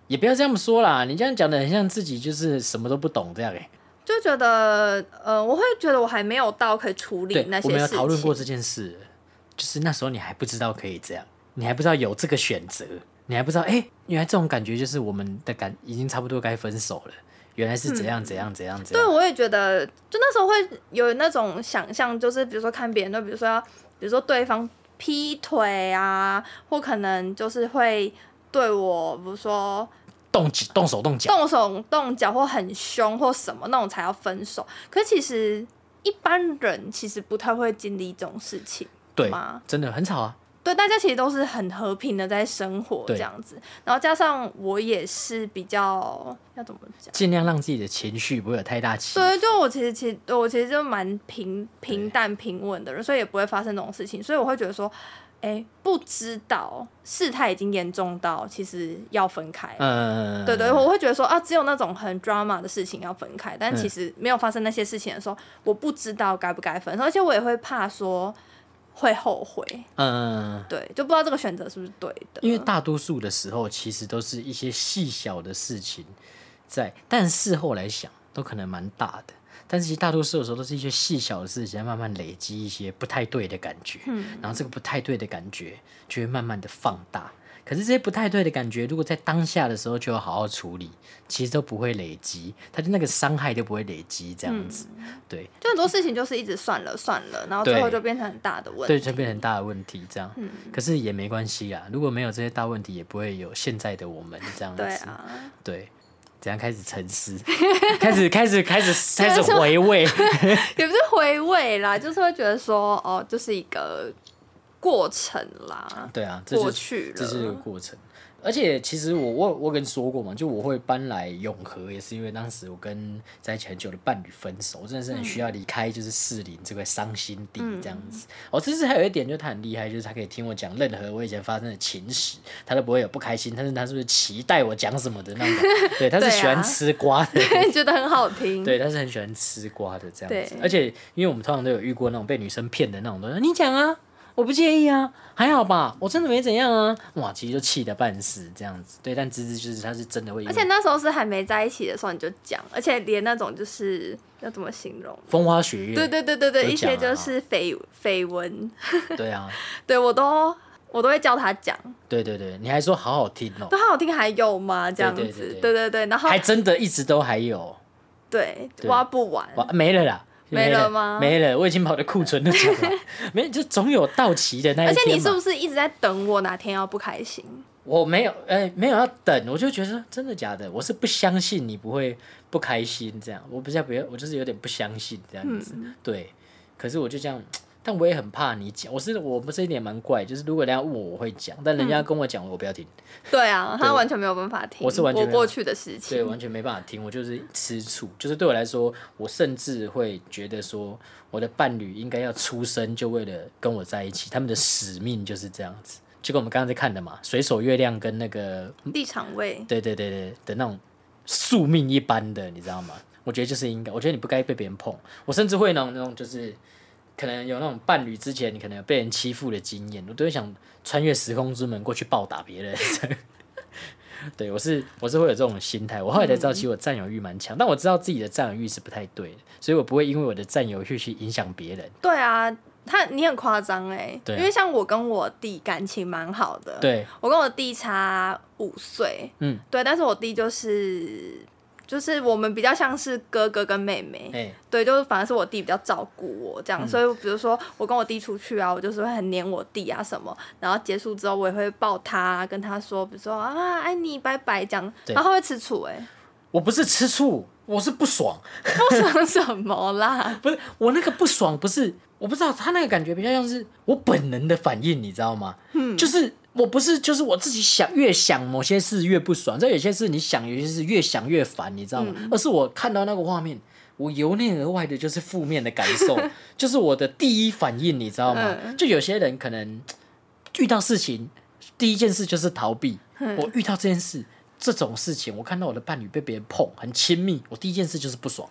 也不要这样说啦，你这样讲的很像自己就是什么都不懂这样哎、
就觉得呃，我会觉得我还没有到可以处理
对
那，些
我们有
事情。
讨论过这件事，就是那时候你还不知道可以这样，你还不知道有这个选择，你还不知道哎、诶原来这种感觉就是我们的感已经差不多该分手了，原来是怎样怎样怎样怎
嗯对，
样。
我也觉得，就那时候会有那种想象，就是比如说看别人，就比如说要，比如说对方劈腿啊，或可能就是会对我，比如说
动起动手动脚，
动手动脚或很凶或什么那种才要分手。可其实一般人其实不太会经历这种事情。
对
吗，
真的很吵啊。
对，大家其实都是很和平的在生活
对
这样子，然后加上我也是比较要怎么讲？
尽量让自己的情绪不会有太大起伏。
对，就我其实其实我其实就蛮平平淡平稳的人，所以也不会发生这种事情，所以我会觉得说，哎，不知道事态已经严重到其实要分开了。
嗯，
对对，我会觉得说啊，只有那种很 drama 的事情要分开，但
嗯
其实没有发生那些事情的时候，我不知道该不该分手，而且我也会怕说会后悔，
嗯，
对，就不知道这个选择是不是对的。
因为大多数的时候其实都是一些细小的事情在，但事后来想都可能蛮大的。但是其实大多数的时候都是一些细小的事情，慢慢累积一些不太对的感觉，
嗯
然后这个不太对的感觉就会慢慢的放大。可是这些不太对的感觉，如果在当下的时候就要好好处理，其实都不会累积，它就那个伤害就不会累积这样子。对，
就很多事情就是一直算了算了，然后最
对
后就变成很大的问
对，
题。
就变成大的问题这
嗯
样。可是也没关系啦，如果没有这些大问题，也不会有现在的我们这样子。
对啊，
对怎样开始沉思， 开始开始开始开始回 味。
也不是回味啦，就是会觉得说哦，就是一个过程啦，
对啊，这
过
就是
去
这是一个
了。
过程。而且其实我我我跟你说过嘛，就我会搬来永和，也是因为当时我跟在一起很久的伴侣分手，我真的是很需
嗯
要离开就是士林这块伤心地这样子。哦，这是还有一点，就是他很厉害，就是他可以听我讲任何我以前发生的情史，他都不会有不开心，但是他是不是期待我讲什么的那种？对，他是
对啊
喜欢吃瓜的。
觉得很好听，
对，他是很喜欢吃瓜的这样子
嗯对，
而且因为我们通常都有遇过那种被女生骗的那种东西，你讲啊，我不介意啊，还好吧，我真的没怎样啊，哇，其实就气得半死这样子。对，但芝芝就是他是真的会因
而
为，
且那时候是还没在一起的时候你就讲，而且连那种就是要怎么形容？
风花雪月，
对对对对对，
有
一
讲啊
些就是绯绯闻，
对啊，
对我都我都会叫他讲，
对对对，你还说好好听哦、
都好听还有吗？这样
对对
子，
对对
对对对，然后
还真的一直都还有，
对
对
挖不完，
哇，没了啦。
嗯没了
了
吗
没了，我已经把我的库存都讲 完，没就总有到期的那一
而
天嘛。
且你是不是一直在等我哪天要不开心？
我没有，哎、没有要等，我就觉得真的假的，我是不相信你不会不开心这样，我比较不要，我就是有点不相信这样子，对。可是我就这样，但我也很怕你讲，我是我不是一点蛮怪，就是如果人家问我，我会讲，但人家跟我讲，我不要听，
对啊，
对
他完全没有办法听，
我是完全没有
过去的事
对，
情，
完全没办法听，我就是吃醋，就是对我来说，我甚至会觉得说，我的伴侣应该要出生就为了跟我在一起，他们的使命就是这样子。就跟我们刚刚在看的嘛，水手月亮跟那个
立场位，
对对对对的那种宿命一般的，你知道吗？我觉得就是应该，我觉得你不该被别人碰。我甚至会那种那种就是，可能有那种伴侣之前你可能有被人欺负的经验，我都会想穿越时空之门过去暴打别人。 对，我是我是会有这种心态。我后来才知道，其实我占有欲蛮强，但我知道自己的占有欲是不太对的，所以我不会因为我的占有欲去影响别人。
对啊，他你很夸张哎，
对啊
因为像我跟我弟感情蛮好的，
对，
我跟我弟差五岁，
嗯，
对，但是我弟就是就是我们比较像是哥哥跟妹妹，
哎、嗯
对，就是反而是我弟比较照顾我这样，所以比如说我跟我弟出去啊，我就是会很黏我弟啊什么，然后结束之后我也会抱他，跟他说，比如说啊爱你拜拜这样，
对
然后他会吃醋哎、
我不是吃醋，我是不爽。
不想什么 啦，
不是我那个不爽，不是我不知道他那个感觉比较像是我本能的反应，你知道吗？嗯，就是我不是就是我自己想越想某些事越不爽，这有些事你想，有些事越想越烦，你知道吗？而是我看到那个画面。我由内而外的就是负面的感受，就是我的第一反应，你知道吗？就有些人可能遇到事情，第一件事就是逃避。
嗯
我遇到这件事，这种事情，我看到我的伴侣被别人碰，很亲密，我第一件事就是不爽。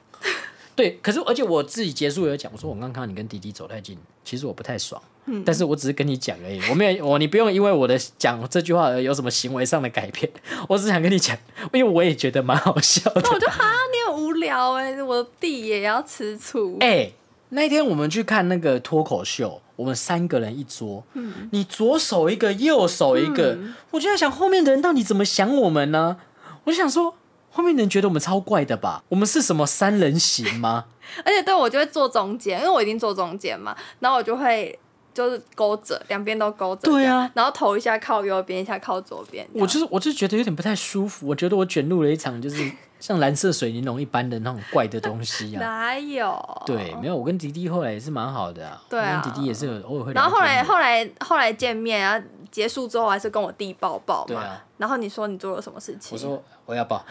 对，可是而且我自己结束有讲，我说我刚刚看到你跟弟弟走太近，其实我不太爽，但是我只是跟你讲而已，我没有我你不用因为我的讲这句话而有什么行为上的改变，我只想跟你讲，因为我也觉得蛮好笑的。
那我就哈，你很无聊哎、我弟也要吃醋。
哎、那一天我们去看那个脱口秀，我们三个人一桌，
嗯
你左手一个，右手一个，我就在想后面的人到底怎么想我们呢？我就想说，后面的人觉得我们超怪的吧？我们是什么三人行 吗？
而且对我就会坐中间，因为我已经坐中间嘛，然后我就会就是勾着，两边都勾着，
对啊
这样，然后头一下靠右边，一下靠左边，这样
我就是我就觉得有点不太舒服，我觉得我卷入了一场就是 像蓝色水玲珑一般的那种怪的东西 啊。
哪有？
对，没有，我跟迪迪后来也是蛮好的、啊，
哦对啊
我跟迪迪也是有偶尔会聊天的。
然后后来后来后来见面，然后结束之后我还是跟我弟抱抱
对
嘛，
啊
然后你说你做了什么事情？
我说我要抱，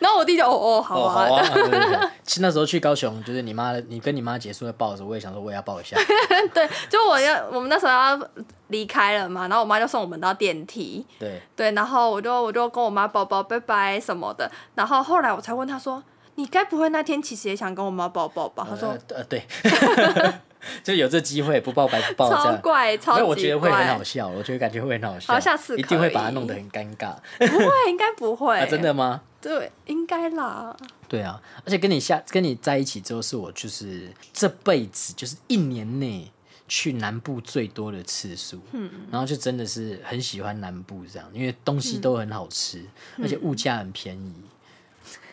然后我弟就哦哦好
哦，好
啊，
啊。对对对，其实那时候 去高雄，就是你妈，你跟你妈结束会抱的时候，我也想说我也要抱一 下。
对，就我要我们那时候要离开了嘛，然后我妈就送我们到电梯，
对，
对，然后我就我就跟我妈抱抱拜拜什么的，然后后来我才问她说。你该不会那天其实也想跟我妈抱抱吧？她说
呃呃对， 就有这机会不抱白不抱这
超
样。
怪，超
没
级
有，
怪。
我觉得会很好笑，我觉得感觉会很好笑。
好下次
一定会
可以
把它弄得很尴尬
不会，应该不会、
啊！真？的吗？
对，应该啦。
对啊，而且跟你下跟你在一起之后，是我就是这辈子就是一年内去南部最多的次数，嗯，然后就真的是很喜欢南部这样，因为东西都很好吃，而且物价很便宜。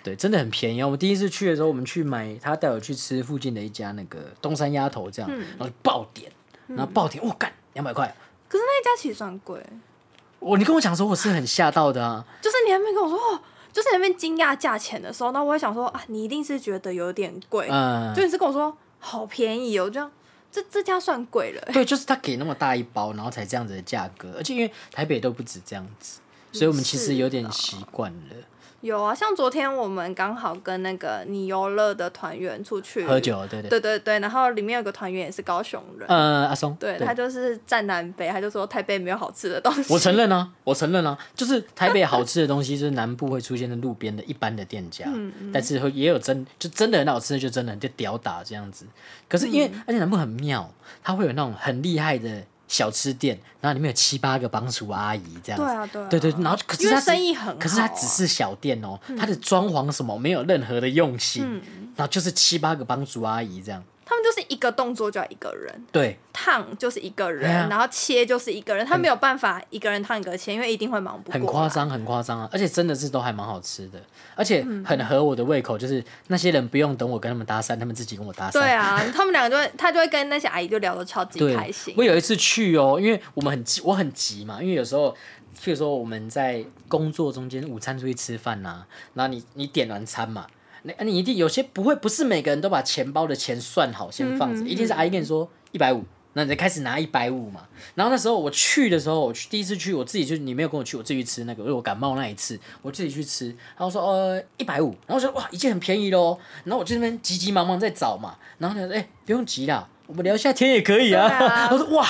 对，真的很便宜哦。我们第一次去的时候，我们去买，他带我去吃附近的一家那个东山鸭头，这样，然后就爆点，然后爆点，我、干两百块，哦
可是那一家其实算贵，
我你跟我讲说我是很吓到的啊，
就是你还没跟我说哦，就是你那边惊讶价钱的时候，那我会想说啊，你一定是觉得有点贵，
嗯，
就你是跟我说好便宜哦，这样这这家算贵了、
对，就是他给那么大一包，然后才这样子的价格，而且因为台北都不止这样子，
嗯
所以我们其实有点习惯了。
有啊，像昨天我们刚好跟那个你游乐的团员出去
喝，酒，对对
啊对对对，然后里面有个团员也是高雄人，
呃，阿松，
对他就是站南北，他就说台北没有好吃的东西。
我承认啊，我承认啊，就是台北好吃的东西，就是南部会出现在路边的一般的店家，
嗯
但是会也有真就真的很好吃的，就真的很就屌打这样子。可是因
嗯
为、而且南部很妙，它会有那种很厉害的小吃店，然后里面有七八个帮厨阿姨这样子，
对啊对啊
对对，然后可是
因为
它只
生意很好啊
可是它只是小店哦，它的装潢什么没有任何的用心，
嗯
然后就是七八个帮厨阿姨这样，
他们就是一个动作就要一个人，
对，
烫就是一个
对
人，
啊
然后切就是一个人，他没有办法一个人烫一个切，因为一定会忙不过来
很夸。张，很夸张啊！而且真的是都还蛮好吃的，而且很
嗯
合我的胃口。就是那些人不用等我跟他们搭讪，他们自己跟我搭讪。
对啊，他们两个就会，他就会跟那些阿姨就聊得超级
对，
开心
我。有一次去哦，因为我们很急，我很急嘛，因为有时候，譬如说我们在工作中间午餐出去吃饭呐、然后你你点完餐嘛，那啊你一定有些不会，不是每个人都把钱包的钱算好先放着，
嗯
一定是阿姨跟你说一百五。那你就开始拿一百五嘛，然后那时候我去的时候，我去第一次去，我自己就你没有跟我去，我自己去吃那个，因为我感冒那一次，我自己去吃，然后说呃一百五，然后我说哇已经很便宜喽，然后我就那边急急忙忙在找嘛，然后他说哎、不用急啦，我们聊一下天也可以啊，
对啊
我说哇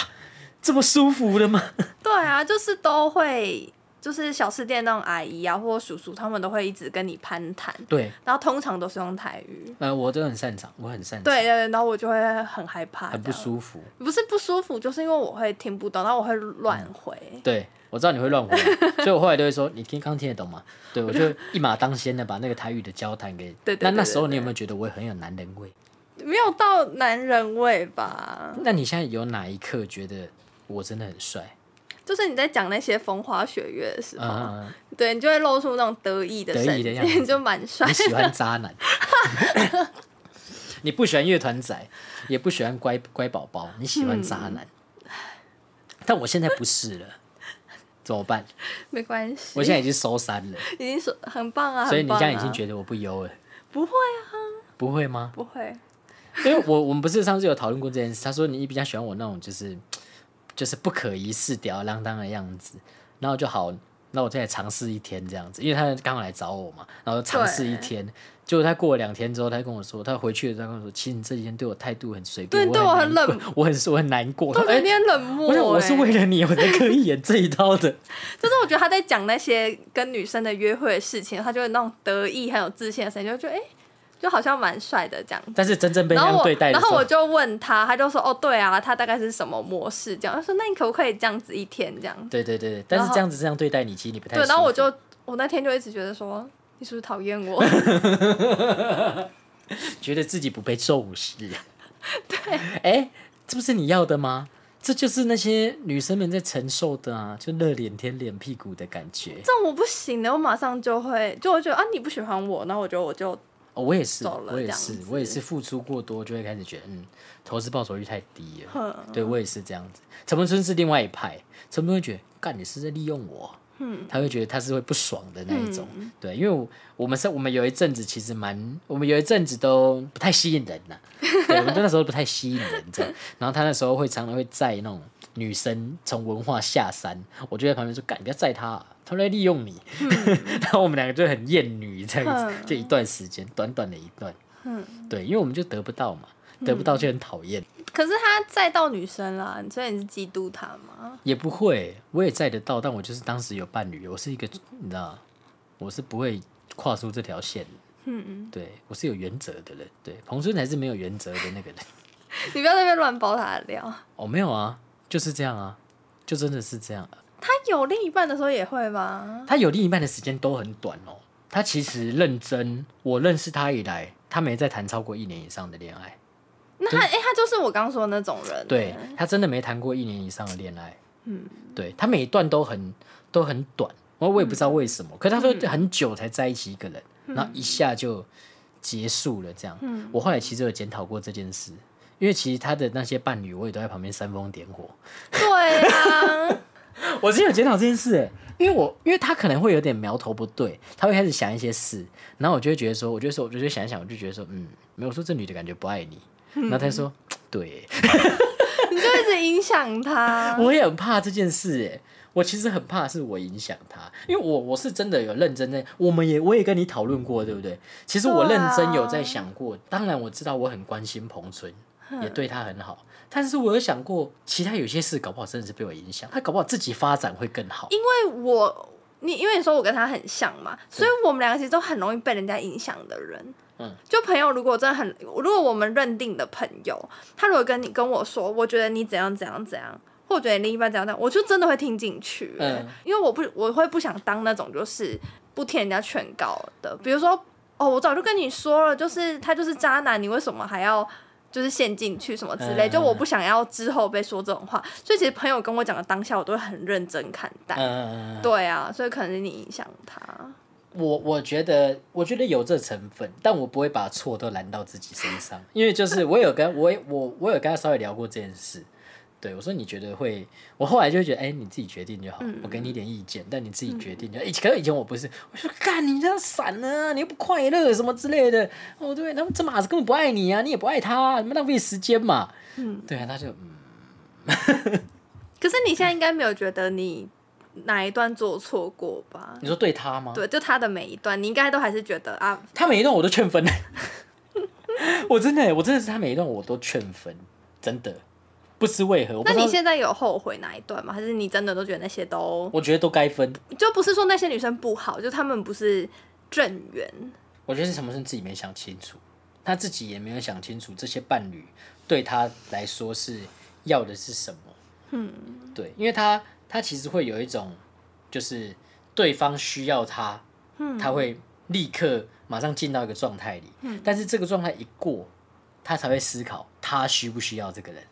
这么舒服的吗？
对啊，就是都会，就是小吃店那种阿姨啊，或叔叔，他们都会一直跟你攀谈，
对，
然后通常都是用台语。
呃我真的很擅长，我很擅长，
对对，对然后我就会很害怕，
很不
这样
舒服，
不是不舒服，就是因为我会听不懂，然后我会
嗯
乱回。
对，我知道你会乱回来， 所以我后来都会说，你听刚听得懂吗？对，我就一马当先的把那个台语的交谈给。
对对
那
对
那
对
时候你
对
有没有觉得我很有男人味？
没有到男人味吧？
那你现在有哪一刻觉得我真的很帅？
就是你在讲那些风花雪月的时候，
嗯，
对你就会露出那种得意的
得
神
意的样
情，
子
就蛮
哦
帅
你。喜欢渣男， 你不喜欢乐团仔，也不喜欢乖乖宝宝，你喜欢渣男。
嗯
但我现在不是了，怎么办？
没关系，
我现在已经收山了，
已经说很棒啊，
所以你现
很棒
在
啊
已经觉得我不优了，
不会啊，
不会吗？
不会。
因为我我们不是上次有讨论过这件事，他说你比较喜欢我那种就是就是不可一世、吊儿郎当的样子，然后就好，那我再来尝试一天这样子，因为他刚好来找我嘛，然后尝试一天。结果他过了两天之后，他跟我说，他回去了，他跟我说，其实你这几天对我态度很随便，
对对我很
难
冷
过，我很我很难过。
对，有
哎，
点冷
我
漠、欸。
想我是为了你，我才刻意演这一套的。
就是我觉得他在讲那些跟女生的约会的事情，他就会那种得意很有自信的声音，就觉得哎、诶就好像蛮帅的这样。
但是真正被
然
那
后
样
我，
对待的
然
时
后
候
我，就问他，他就说：“哦，对啊，他大概是什么模式这样？”他说：“那你可不可以这样子一天这样
对对对对，但是
然后
这样子这样对待你，其实你不？”太
对，然后我
舒服
就我那天就一直觉得说，你是不是讨厌我？
觉得自己不被重
。
视。对，哎，这不是你要的吗？这就是那些女生们在承受的啊，就热脸贴冷屁股的感觉
这种我不行的，我马上就会就我觉得啊，你不喜欢我，然后我觉得我就
哦，我也是，
走了
我也
这样
是
子，
我也是付出过多，就会开始觉得，嗯，投资报酬率太低了。
哼
对我也是这样子。陈柏春是另外一派，陈柏春会觉得，干你是在利用我，
嗯，
他会觉得他是会不爽的那一种。对，因为我我们是，我们有一阵子其实蛮，我们有一阵子都不太吸引人呐、对，我们那时候不太吸引人这样。然后他那时候会常常会载那种女生从文化下山，我就在旁边说，干你不要载他、啊。他在利用你， 然后我们两个就很厌女这样子，
嗯
就一段时间，短短的一段，
嗯，
对，因为我们就得不到嘛，得不到就很讨厌，
可是他再到女生啦，所以你是嫉妒他吗？
也不会，我也载得到，但我就是当时有伴侣，我是一个，你知道，我是不会跨出这条线的，
嗯，
对我是有原则的人，对，彭顺才是没有原则的那个人。
你不要在那边乱爆他的料。
哦，没有啊，就是这样啊，就真的是这样、啊。
他有另一半的时候也会吗？
他有另一半的时间都很短哦，他其实认真，我认识他以来，他没再谈超过一年以上的恋爱，
那他哎、他就是我刚说的那种人。
对他真的没谈过一年以上的恋爱，
嗯，
对他每一段都很都很短，我我也不知道为什么，可是他说
嗯
很久才在一起一个人，然后一下就结束了这样。
嗯
我后来其实有检讨过这件事，因为其实他的那些伴侣，我也都在旁边煽风点火。
对啊，
我之前有检讨这件事、欸，因为我因为他可能会有点苗头不对，他会开始想一些事，然后我就会觉得说，我就说，我就想一想，我就觉得说，嗯，没有我说这女的感觉不爱你，然后他就说，对欸、
你就一直影响他。
我也很怕这件事哎，我其实很怕是我影响他，因为我我是真的有认真在，我们也我也跟你讨论过，对不对？其实我
对
认
啊
真有在想过，当然我知道我很关心彭春，也对他很好，但是我有想过，其他有些事搞不好真的是被我影响，他搞不好自己发展会更好。
因为我你因为你说我跟他很像嘛，所以我们两个其实都很容易被人家影响的人。
嗯，
就朋友如果真的很，如果我们认定的朋友，他如果跟你跟我说，我觉得你怎样怎样怎样，或者我觉得你另一半怎样怎样，我就真的会听进去、
嗯
因为我不我会不想当那种就是不听人家劝告的，比如说哦，我早就跟你说了，就是他就是渣男，你为什么还要？就是陷进去什么之类，
嗯
就我不想要之后被说这种话，所以其实朋友跟我讲的当下，我都会很认真看待。
嗯，
对啊，所以可能是你影响他。
我我觉得我觉得有这成分，但我不会把错都揽到自己身上，因为就是我有跟我我我有跟他稍微聊过这件事。对，我说你觉得会，我后来就会觉得，哎、你自己决定就好，我给你一点意见，但你自己决定就。哎、可是以前我不是，我说干你这样闪了、啊，你又不快乐什么之类的，哦对，他们这马子根本不爱你啊，你也不爱他、啊，你们浪费时间嘛。
嗯，
对啊，他就嗯，
可是你现在应该没有觉得你哪一段做错过吧？
你说对他吗？
对，就他的每一段，你应该都还是觉得啊，
他每一段我都劝分， 我真的，我真的是他每一段我都劝分，真的不知为何。我不
那
知道
你现在有后悔哪一段吗？还是你真的都觉得那些都
我觉得都该分，
就不是说那些女生不好，就她们不是正缘？
我觉得是什么事自己没想清楚，他自己也没有想清楚这些伴侣对他来说是要的是什么。嗯，对，因为他他其实会有一种，就是对方需要他，
嗯
他会立刻马上进到一个状态里，
嗯
但是这个状态一过，他才会思考他需不需要这个人。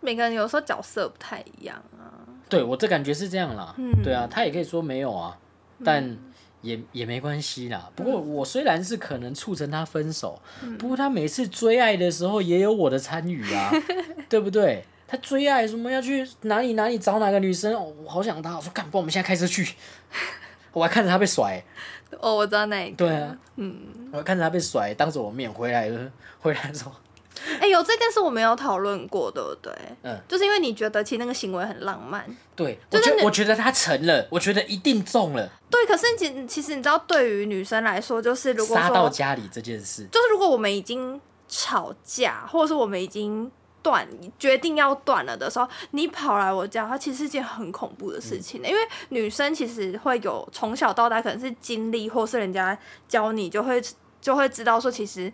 每个人有时候角色不太一样啊。
对我这感觉是这样啦，
嗯
对啊，他也可以说没有啊，但也也没关系啦。不
嗯
过我虽然是可能促成他分手，不过他每次追爱的时候也有我的参与 啊，对不对？他追爱什么要去哪里哪里找哪个女生，哦、我好想他，我说干，不然我们现在开车去。 我还看着他被甩、
哦，我知道那一个。
对啊，嗯，我还看着他被甩，当着我面回来了，回来的时候，
哎、哎、有这件事我没有讨论过，对不对？
嗯，
就是因为你觉得其实那个行为很浪漫，
对，我觉
就是
得
你
我觉得他成了，我觉得一定中了，
对。可是其其实你知道，对于女生来说，就是如果
杀到
说，
家里这件事，
就是如果我们已经吵架，或者是我们已经断决定要断了的时候，你跑来我家，它其实是件很恐怖的事情、因为女生其实会有从小到大可能是经历，或是人家教你，就会就会知道说，其实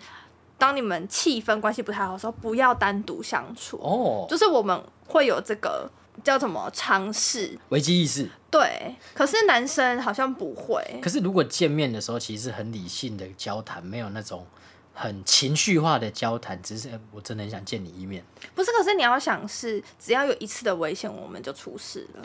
当你们气氛关系不太好的时候，不要单独相处。
哦，
就是我们会有这个叫什么尝试，
危机意识。
对。可是男生好像不会，
可是如果见面的时候，其实是很理性的交谈，没有那种很情绪化的交谈，只是、呃我真的很想见你一面。
不是？可是你要想是，只要有一次的危险，我们就出事了。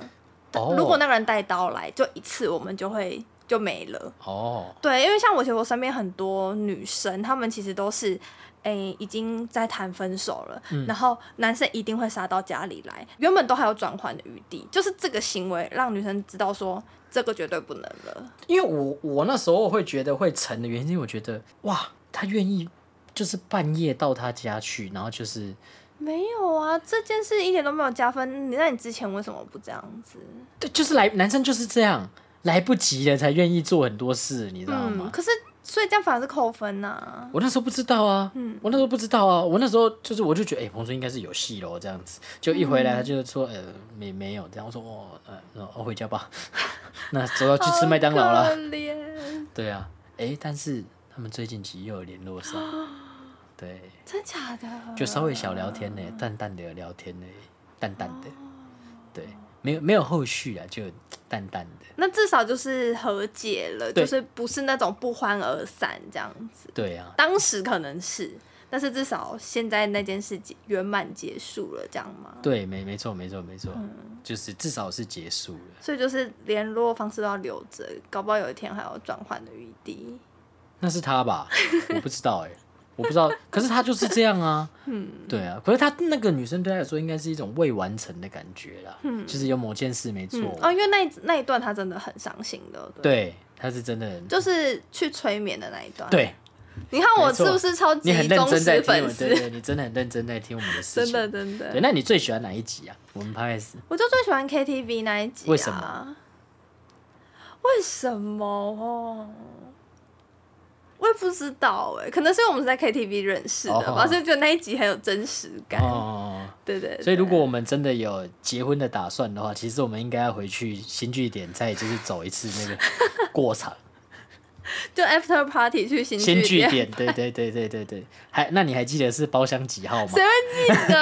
哦，
如果那个人带刀来，就一次，我们就会就没了。
哦，
对，因为像我其实我身边很多女生，她们其实都是。诶、已经在谈分手了，然后男生一定会杀到家里来，原本都还有转换的余地，就是这个行为让女生知道说这个绝对不能了。
因为我我那时候会觉得会成的原因，是因为我觉得哇，他愿意就是半夜到他家去，然后就是
没有啊，这件事一点都没有加分。你那你之前为什么不这样子？
对，就是来男生就是这样，来不及了才愿意做很多事，你知道吗？
嗯，可是所以这样反而是扣分呐、
我那时候不知道啊，
嗯
我那时候不知道啊，我那时候就是我就觉得，哎、彭顺应该是有戏咯，这样子。就一
嗯
回来他就说，呃，没没有这样。我说，哦，呃，那我回家吧。 那走要去吃麦当劳
好可
啦。
怜，
对啊，哎、但是他们最近其实又有联络上，
啊
对，
真假的？
就稍微小聊天呢、淡淡的聊天呢、淡淡的，对，没有没有后续啊，就淡淡的。
那至少就是和解了，
对
就是不是那种不欢而散这样子。
对啊，
当时可能是，但是至少现在那件事结圆满结束了，这样吗？
对，没没错没错没错，
嗯
就是至少是结束了。
所以就是联络方式都要留着，搞不好有一天还有转换的余地。
那是他吧？ 我不知道哎、我不知道。可是他就是这样啊，嗯，对啊。可是他那个女生对他来说，应该是一种未完成的感觉啦，嗯，就是有某件事没做
嗯，
完，
哦，因为那一那一段他真的很伤心的，不，
对，他是真的，
就是去催眠的那一段。，
对
你看我
没错
是不是超级
你很认
忠
真在
实
听我
粉
们，
丝
对？对，你真的很认真在听我们的事
真
情，
的真
对，
的，
那你最喜欢哪一集啊？我们拍 S
我就最喜欢 KTV 那一集、啊。
为什么？
为什么哦？我也不知道哎、可能是因为我们是在 KTV 认识的吧，
哦
所以觉得那一集很有真实感。
哦。
对对对
所以，如果我们真的有结婚的打算的话，其实我们应该要回去新据点，再就是走一次那个过场。
就 after party 去新
新
剧
据，点，对对对对对对，还那你还记得是包厢几号吗
谁？会记得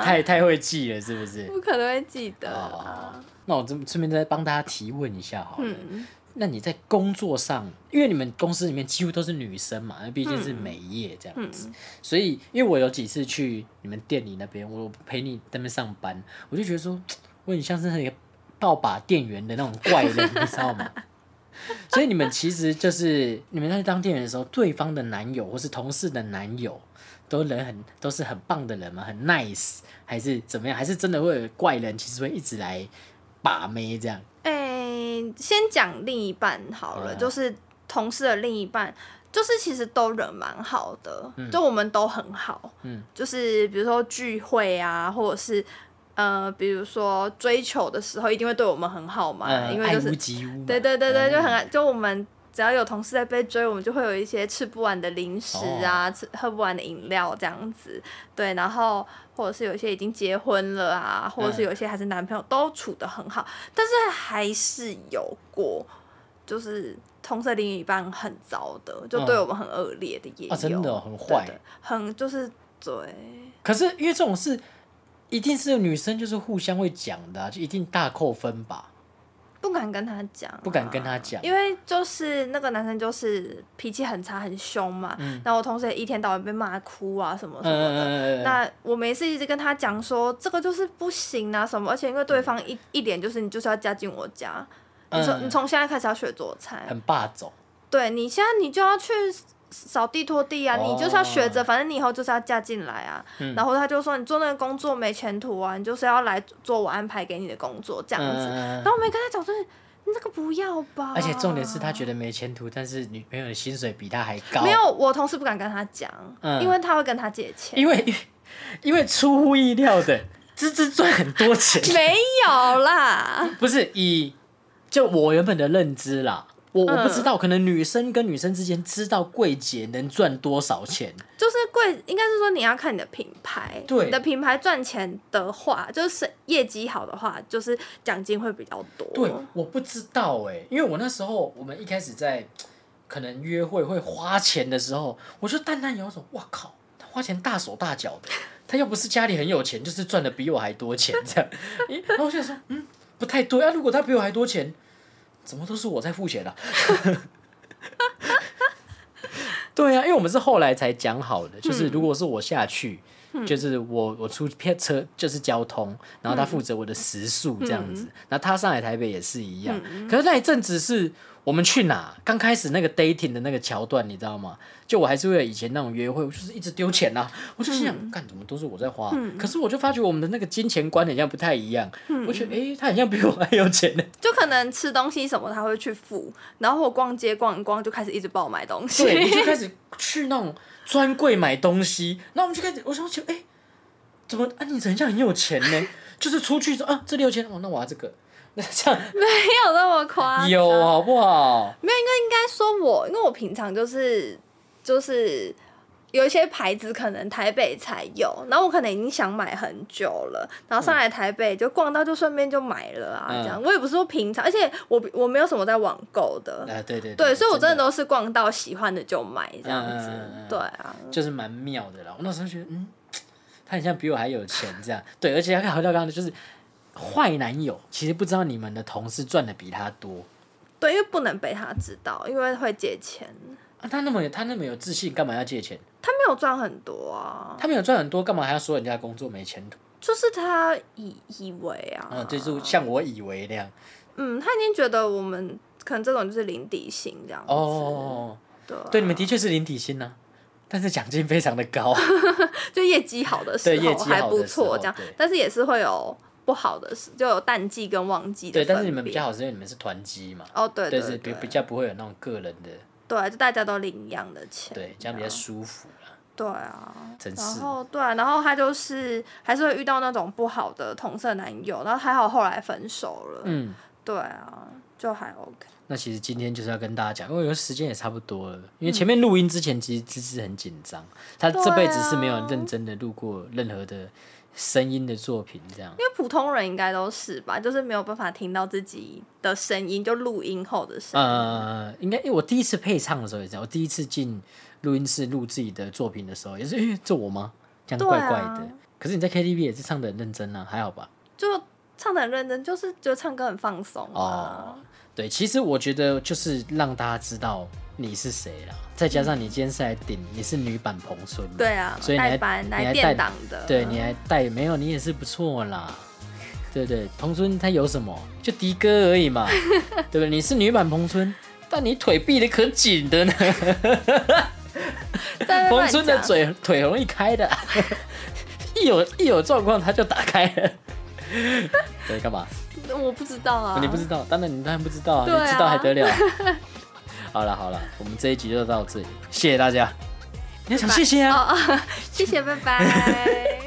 太太会记了，是不是？
不可能会记得
哦
啊。，
那我这顺便再帮大家提问一下好了。
嗯，
那你在工作上，因为你们公司里面几乎都是女生嘛，那毕竟
嗯
是美业这样子，所以因为我有几次去你们店里那边，我陪你在那边上班，我就觉得说，我很像是那个倒把店员的那种怪人，你知道吗？ 所以你们其实就是你们在当店员的时候，对方的男友或是同事的男友，都人很都是很棒的人嘛，很 nice，还是怎么样？还是真的会有怪人，其实会一直来把妹这样？
哎、先讲另一半好了，
好啊
就是同事的另一半，就是其实都人蛮好的，就我们都很好，
嗯
就是比如说聚会啊，或者是。呃，比如说追求的时候，一定会对我们很好嘛，
呃，
因为就
爱
是
屋及乌嘛，
对对对对，就
嗯
很爱就我们只要有同事在被追，我们就会有一些吃不完的零食
哦
啊，吃喝不完的饮料这样子。对，然后或者是有一些已经结婚了啊，或者
嗯
是有一些还是男朋友，都处的很好，但是还是有过就是同事的另一半很糟的，就对我们很恶劣的也
嗯
有，
啊真的哦很坏
对对很就是对。
可是因为这种事，一定是女生就是互相会讲的啊、就一定大扣分吧。
不敢跟他讲啊、
不敢跟他讲
因为就是那个男生就是脾气很差、很凶嘛，然后我同事也一天到晚被骂哭啊什么什么的。
嗯，
那我每次一直跟他讲说，这个就是不行啊什么，而且因为对方一一脸就是你就是要嫁进我家，你从、
嗯
你从现在开始要学做菜，
很霸总，
对你现在你就要去扫地拖地啊，
哦嗯
你就是要学着，反正你以后就是要嫁进来啊。然后他就说你做那个工作没前途啊，你就是要来做我安排给你的工作这样子。
嗯
然后我们跟他讲说，那个不要吧。
而且重点是他觉得没前途，但是女朋友的薪水比他还高。
没有，我同事不敢跟他讲，
嗯
因为他会跟他借钱。
因为，因为因为出乎意料的，芝芝赚很多钱。
没有啦，
不是以就我原本的认知啦，我我不知道，可能女生跟女生之间知道柜姐能赚多少钱，
就是贵，应该是说你要看你的品牌，
对
你的品牌赚钱的话，就是业绩好的话，就是奖金会比较多。
对，我不知道哎、因为我那时候我们一开始在可能约会会花钱的时候，我就淡淡有一种哇靠，他花钱大手大脚的，他要不是家里很有钱，就是赚的比我还多钱这样。咦然后我就想说，嗯，不太对啊，如果他比我还多钱，怎么都是我在付钱啊？ 对啊，因为我们是后来才讲好的，就是如果是我下去，就是我我出片车就是交通，然后他负责我的食宿这样子，那、他上来台北也是一样。可是那一阵子是我们去哪？刚开始那个 dating 的那个桥段，你知道吗？就我还是为了以前那种约会，我就是一直丢钱啊，我就心想，干、怎么都是我在花、啊可是我就发觉我们的那个金钱观好像不太一样，我觉得诶，他好像比我还有钱呢、
就可能吃东西什么他会去付，然后我逛街逛一逛就开始一直帮我买东西。
对，你就开始去那种专柜买东西，然后我们就开始，我想觉得，哎、怎么啊？你人家很有钱呢？就是出去说啊，这里有钱哦，那我要这 个，那这样
没有那么夸张。
有啊好不好？
没有，应该应该说我，因为我平常就是就是有一些牌子可能台北才有，然后我可能已经想买很久了，然后上来台北就逛到就顺便就买了啊，
嗯
这样。我也不是说平常，而且我我没有什么在网购的，
啊，对对
对，所以我真的都是逛到喜欢的就买这样
嗯
子，
嗯嗯嗯
对啊，
就是蛮妙的啦。我那时候觉得，嗯，他很像比我还有钱这样。对，而且他回到刚刚的就是坏男友，其实不知道你们的同事赚的比他多。
对，因为不能被他知道，因为会借钱，
啊、他那么有他那么有自信，干嘛要借钱？
他没有赚很多啊，
他没有赚很多，干嘛还要说人家工作没前途？
就是他以以为啊，
嗯，就是像我以为那样。
嗯，他已经觉得我们可能这种就是零底薪这样子。
哦，
对啊、
对，你们的确是零底薪呢、但是奖金非常的 高。
就业绩好的时
对业
候
绩
还
好
不
的时候
错，这样
对，
但是也是会有不好的时，就有淡季跟旺季的
对，
分别。
但是你们比较好，是因为你们是团积嘛，
哦，对
对，
对
是
对
比比较不会有那种个人的，
对，就大家都领一样的钱，
对，这样比较舒服啦。
对啊。
真
然
是，
后对啊、然后他就是还是会遇到那种不好的同色男友，然后还好后来分手了，
嗯，
对啊，就还 OK。
那其实今天就是要跟大家讲，因为我觉得时间也差不多了，因为前面录音之前其实芝芝很紧张，她
对
这辈子是没有
啊
认真的录过任何的声音的作品，这样。
因为普通人应该都是吧，就是没有办法听到自己的声音，就录音后的声音。
呃，应该因为我第一次配唱的时候也这样，我哦第一次进录音室录自己的作品的时候也是，诶、这我吗？这样
对
怪
啊
怪的。可是你在 KTV 也是唱的很认真啊，还好吧？
就唱的很认真，就是觉得唱歌很放松啊。
哦，对，其实我觉得就是让大家知道你是谁啦，再加上你今天是来顶，你是女版彭孙嘛，
对啊，
所以你还
代班
你
来
还带
电档的，
对，你还带没有？你也是不错啦。对不对，彭村他有什么？就迪哥而已 嘛，对不对？你是女版彭村，但你腿闭得可紧的呢。
在那边
彭
乱
村的
讲，
嘴腿容易开的， 一有一有状况他就打开 了。对，干嘛？哦
我不知道啊，
你不知道，当然你当然不知道啊，
对啊
你知道还得 了？好了好了，我们这一
哦
集就到这里，谢谢大家。你要讲谢谢啊。
哦哦，谢谢，拜拜。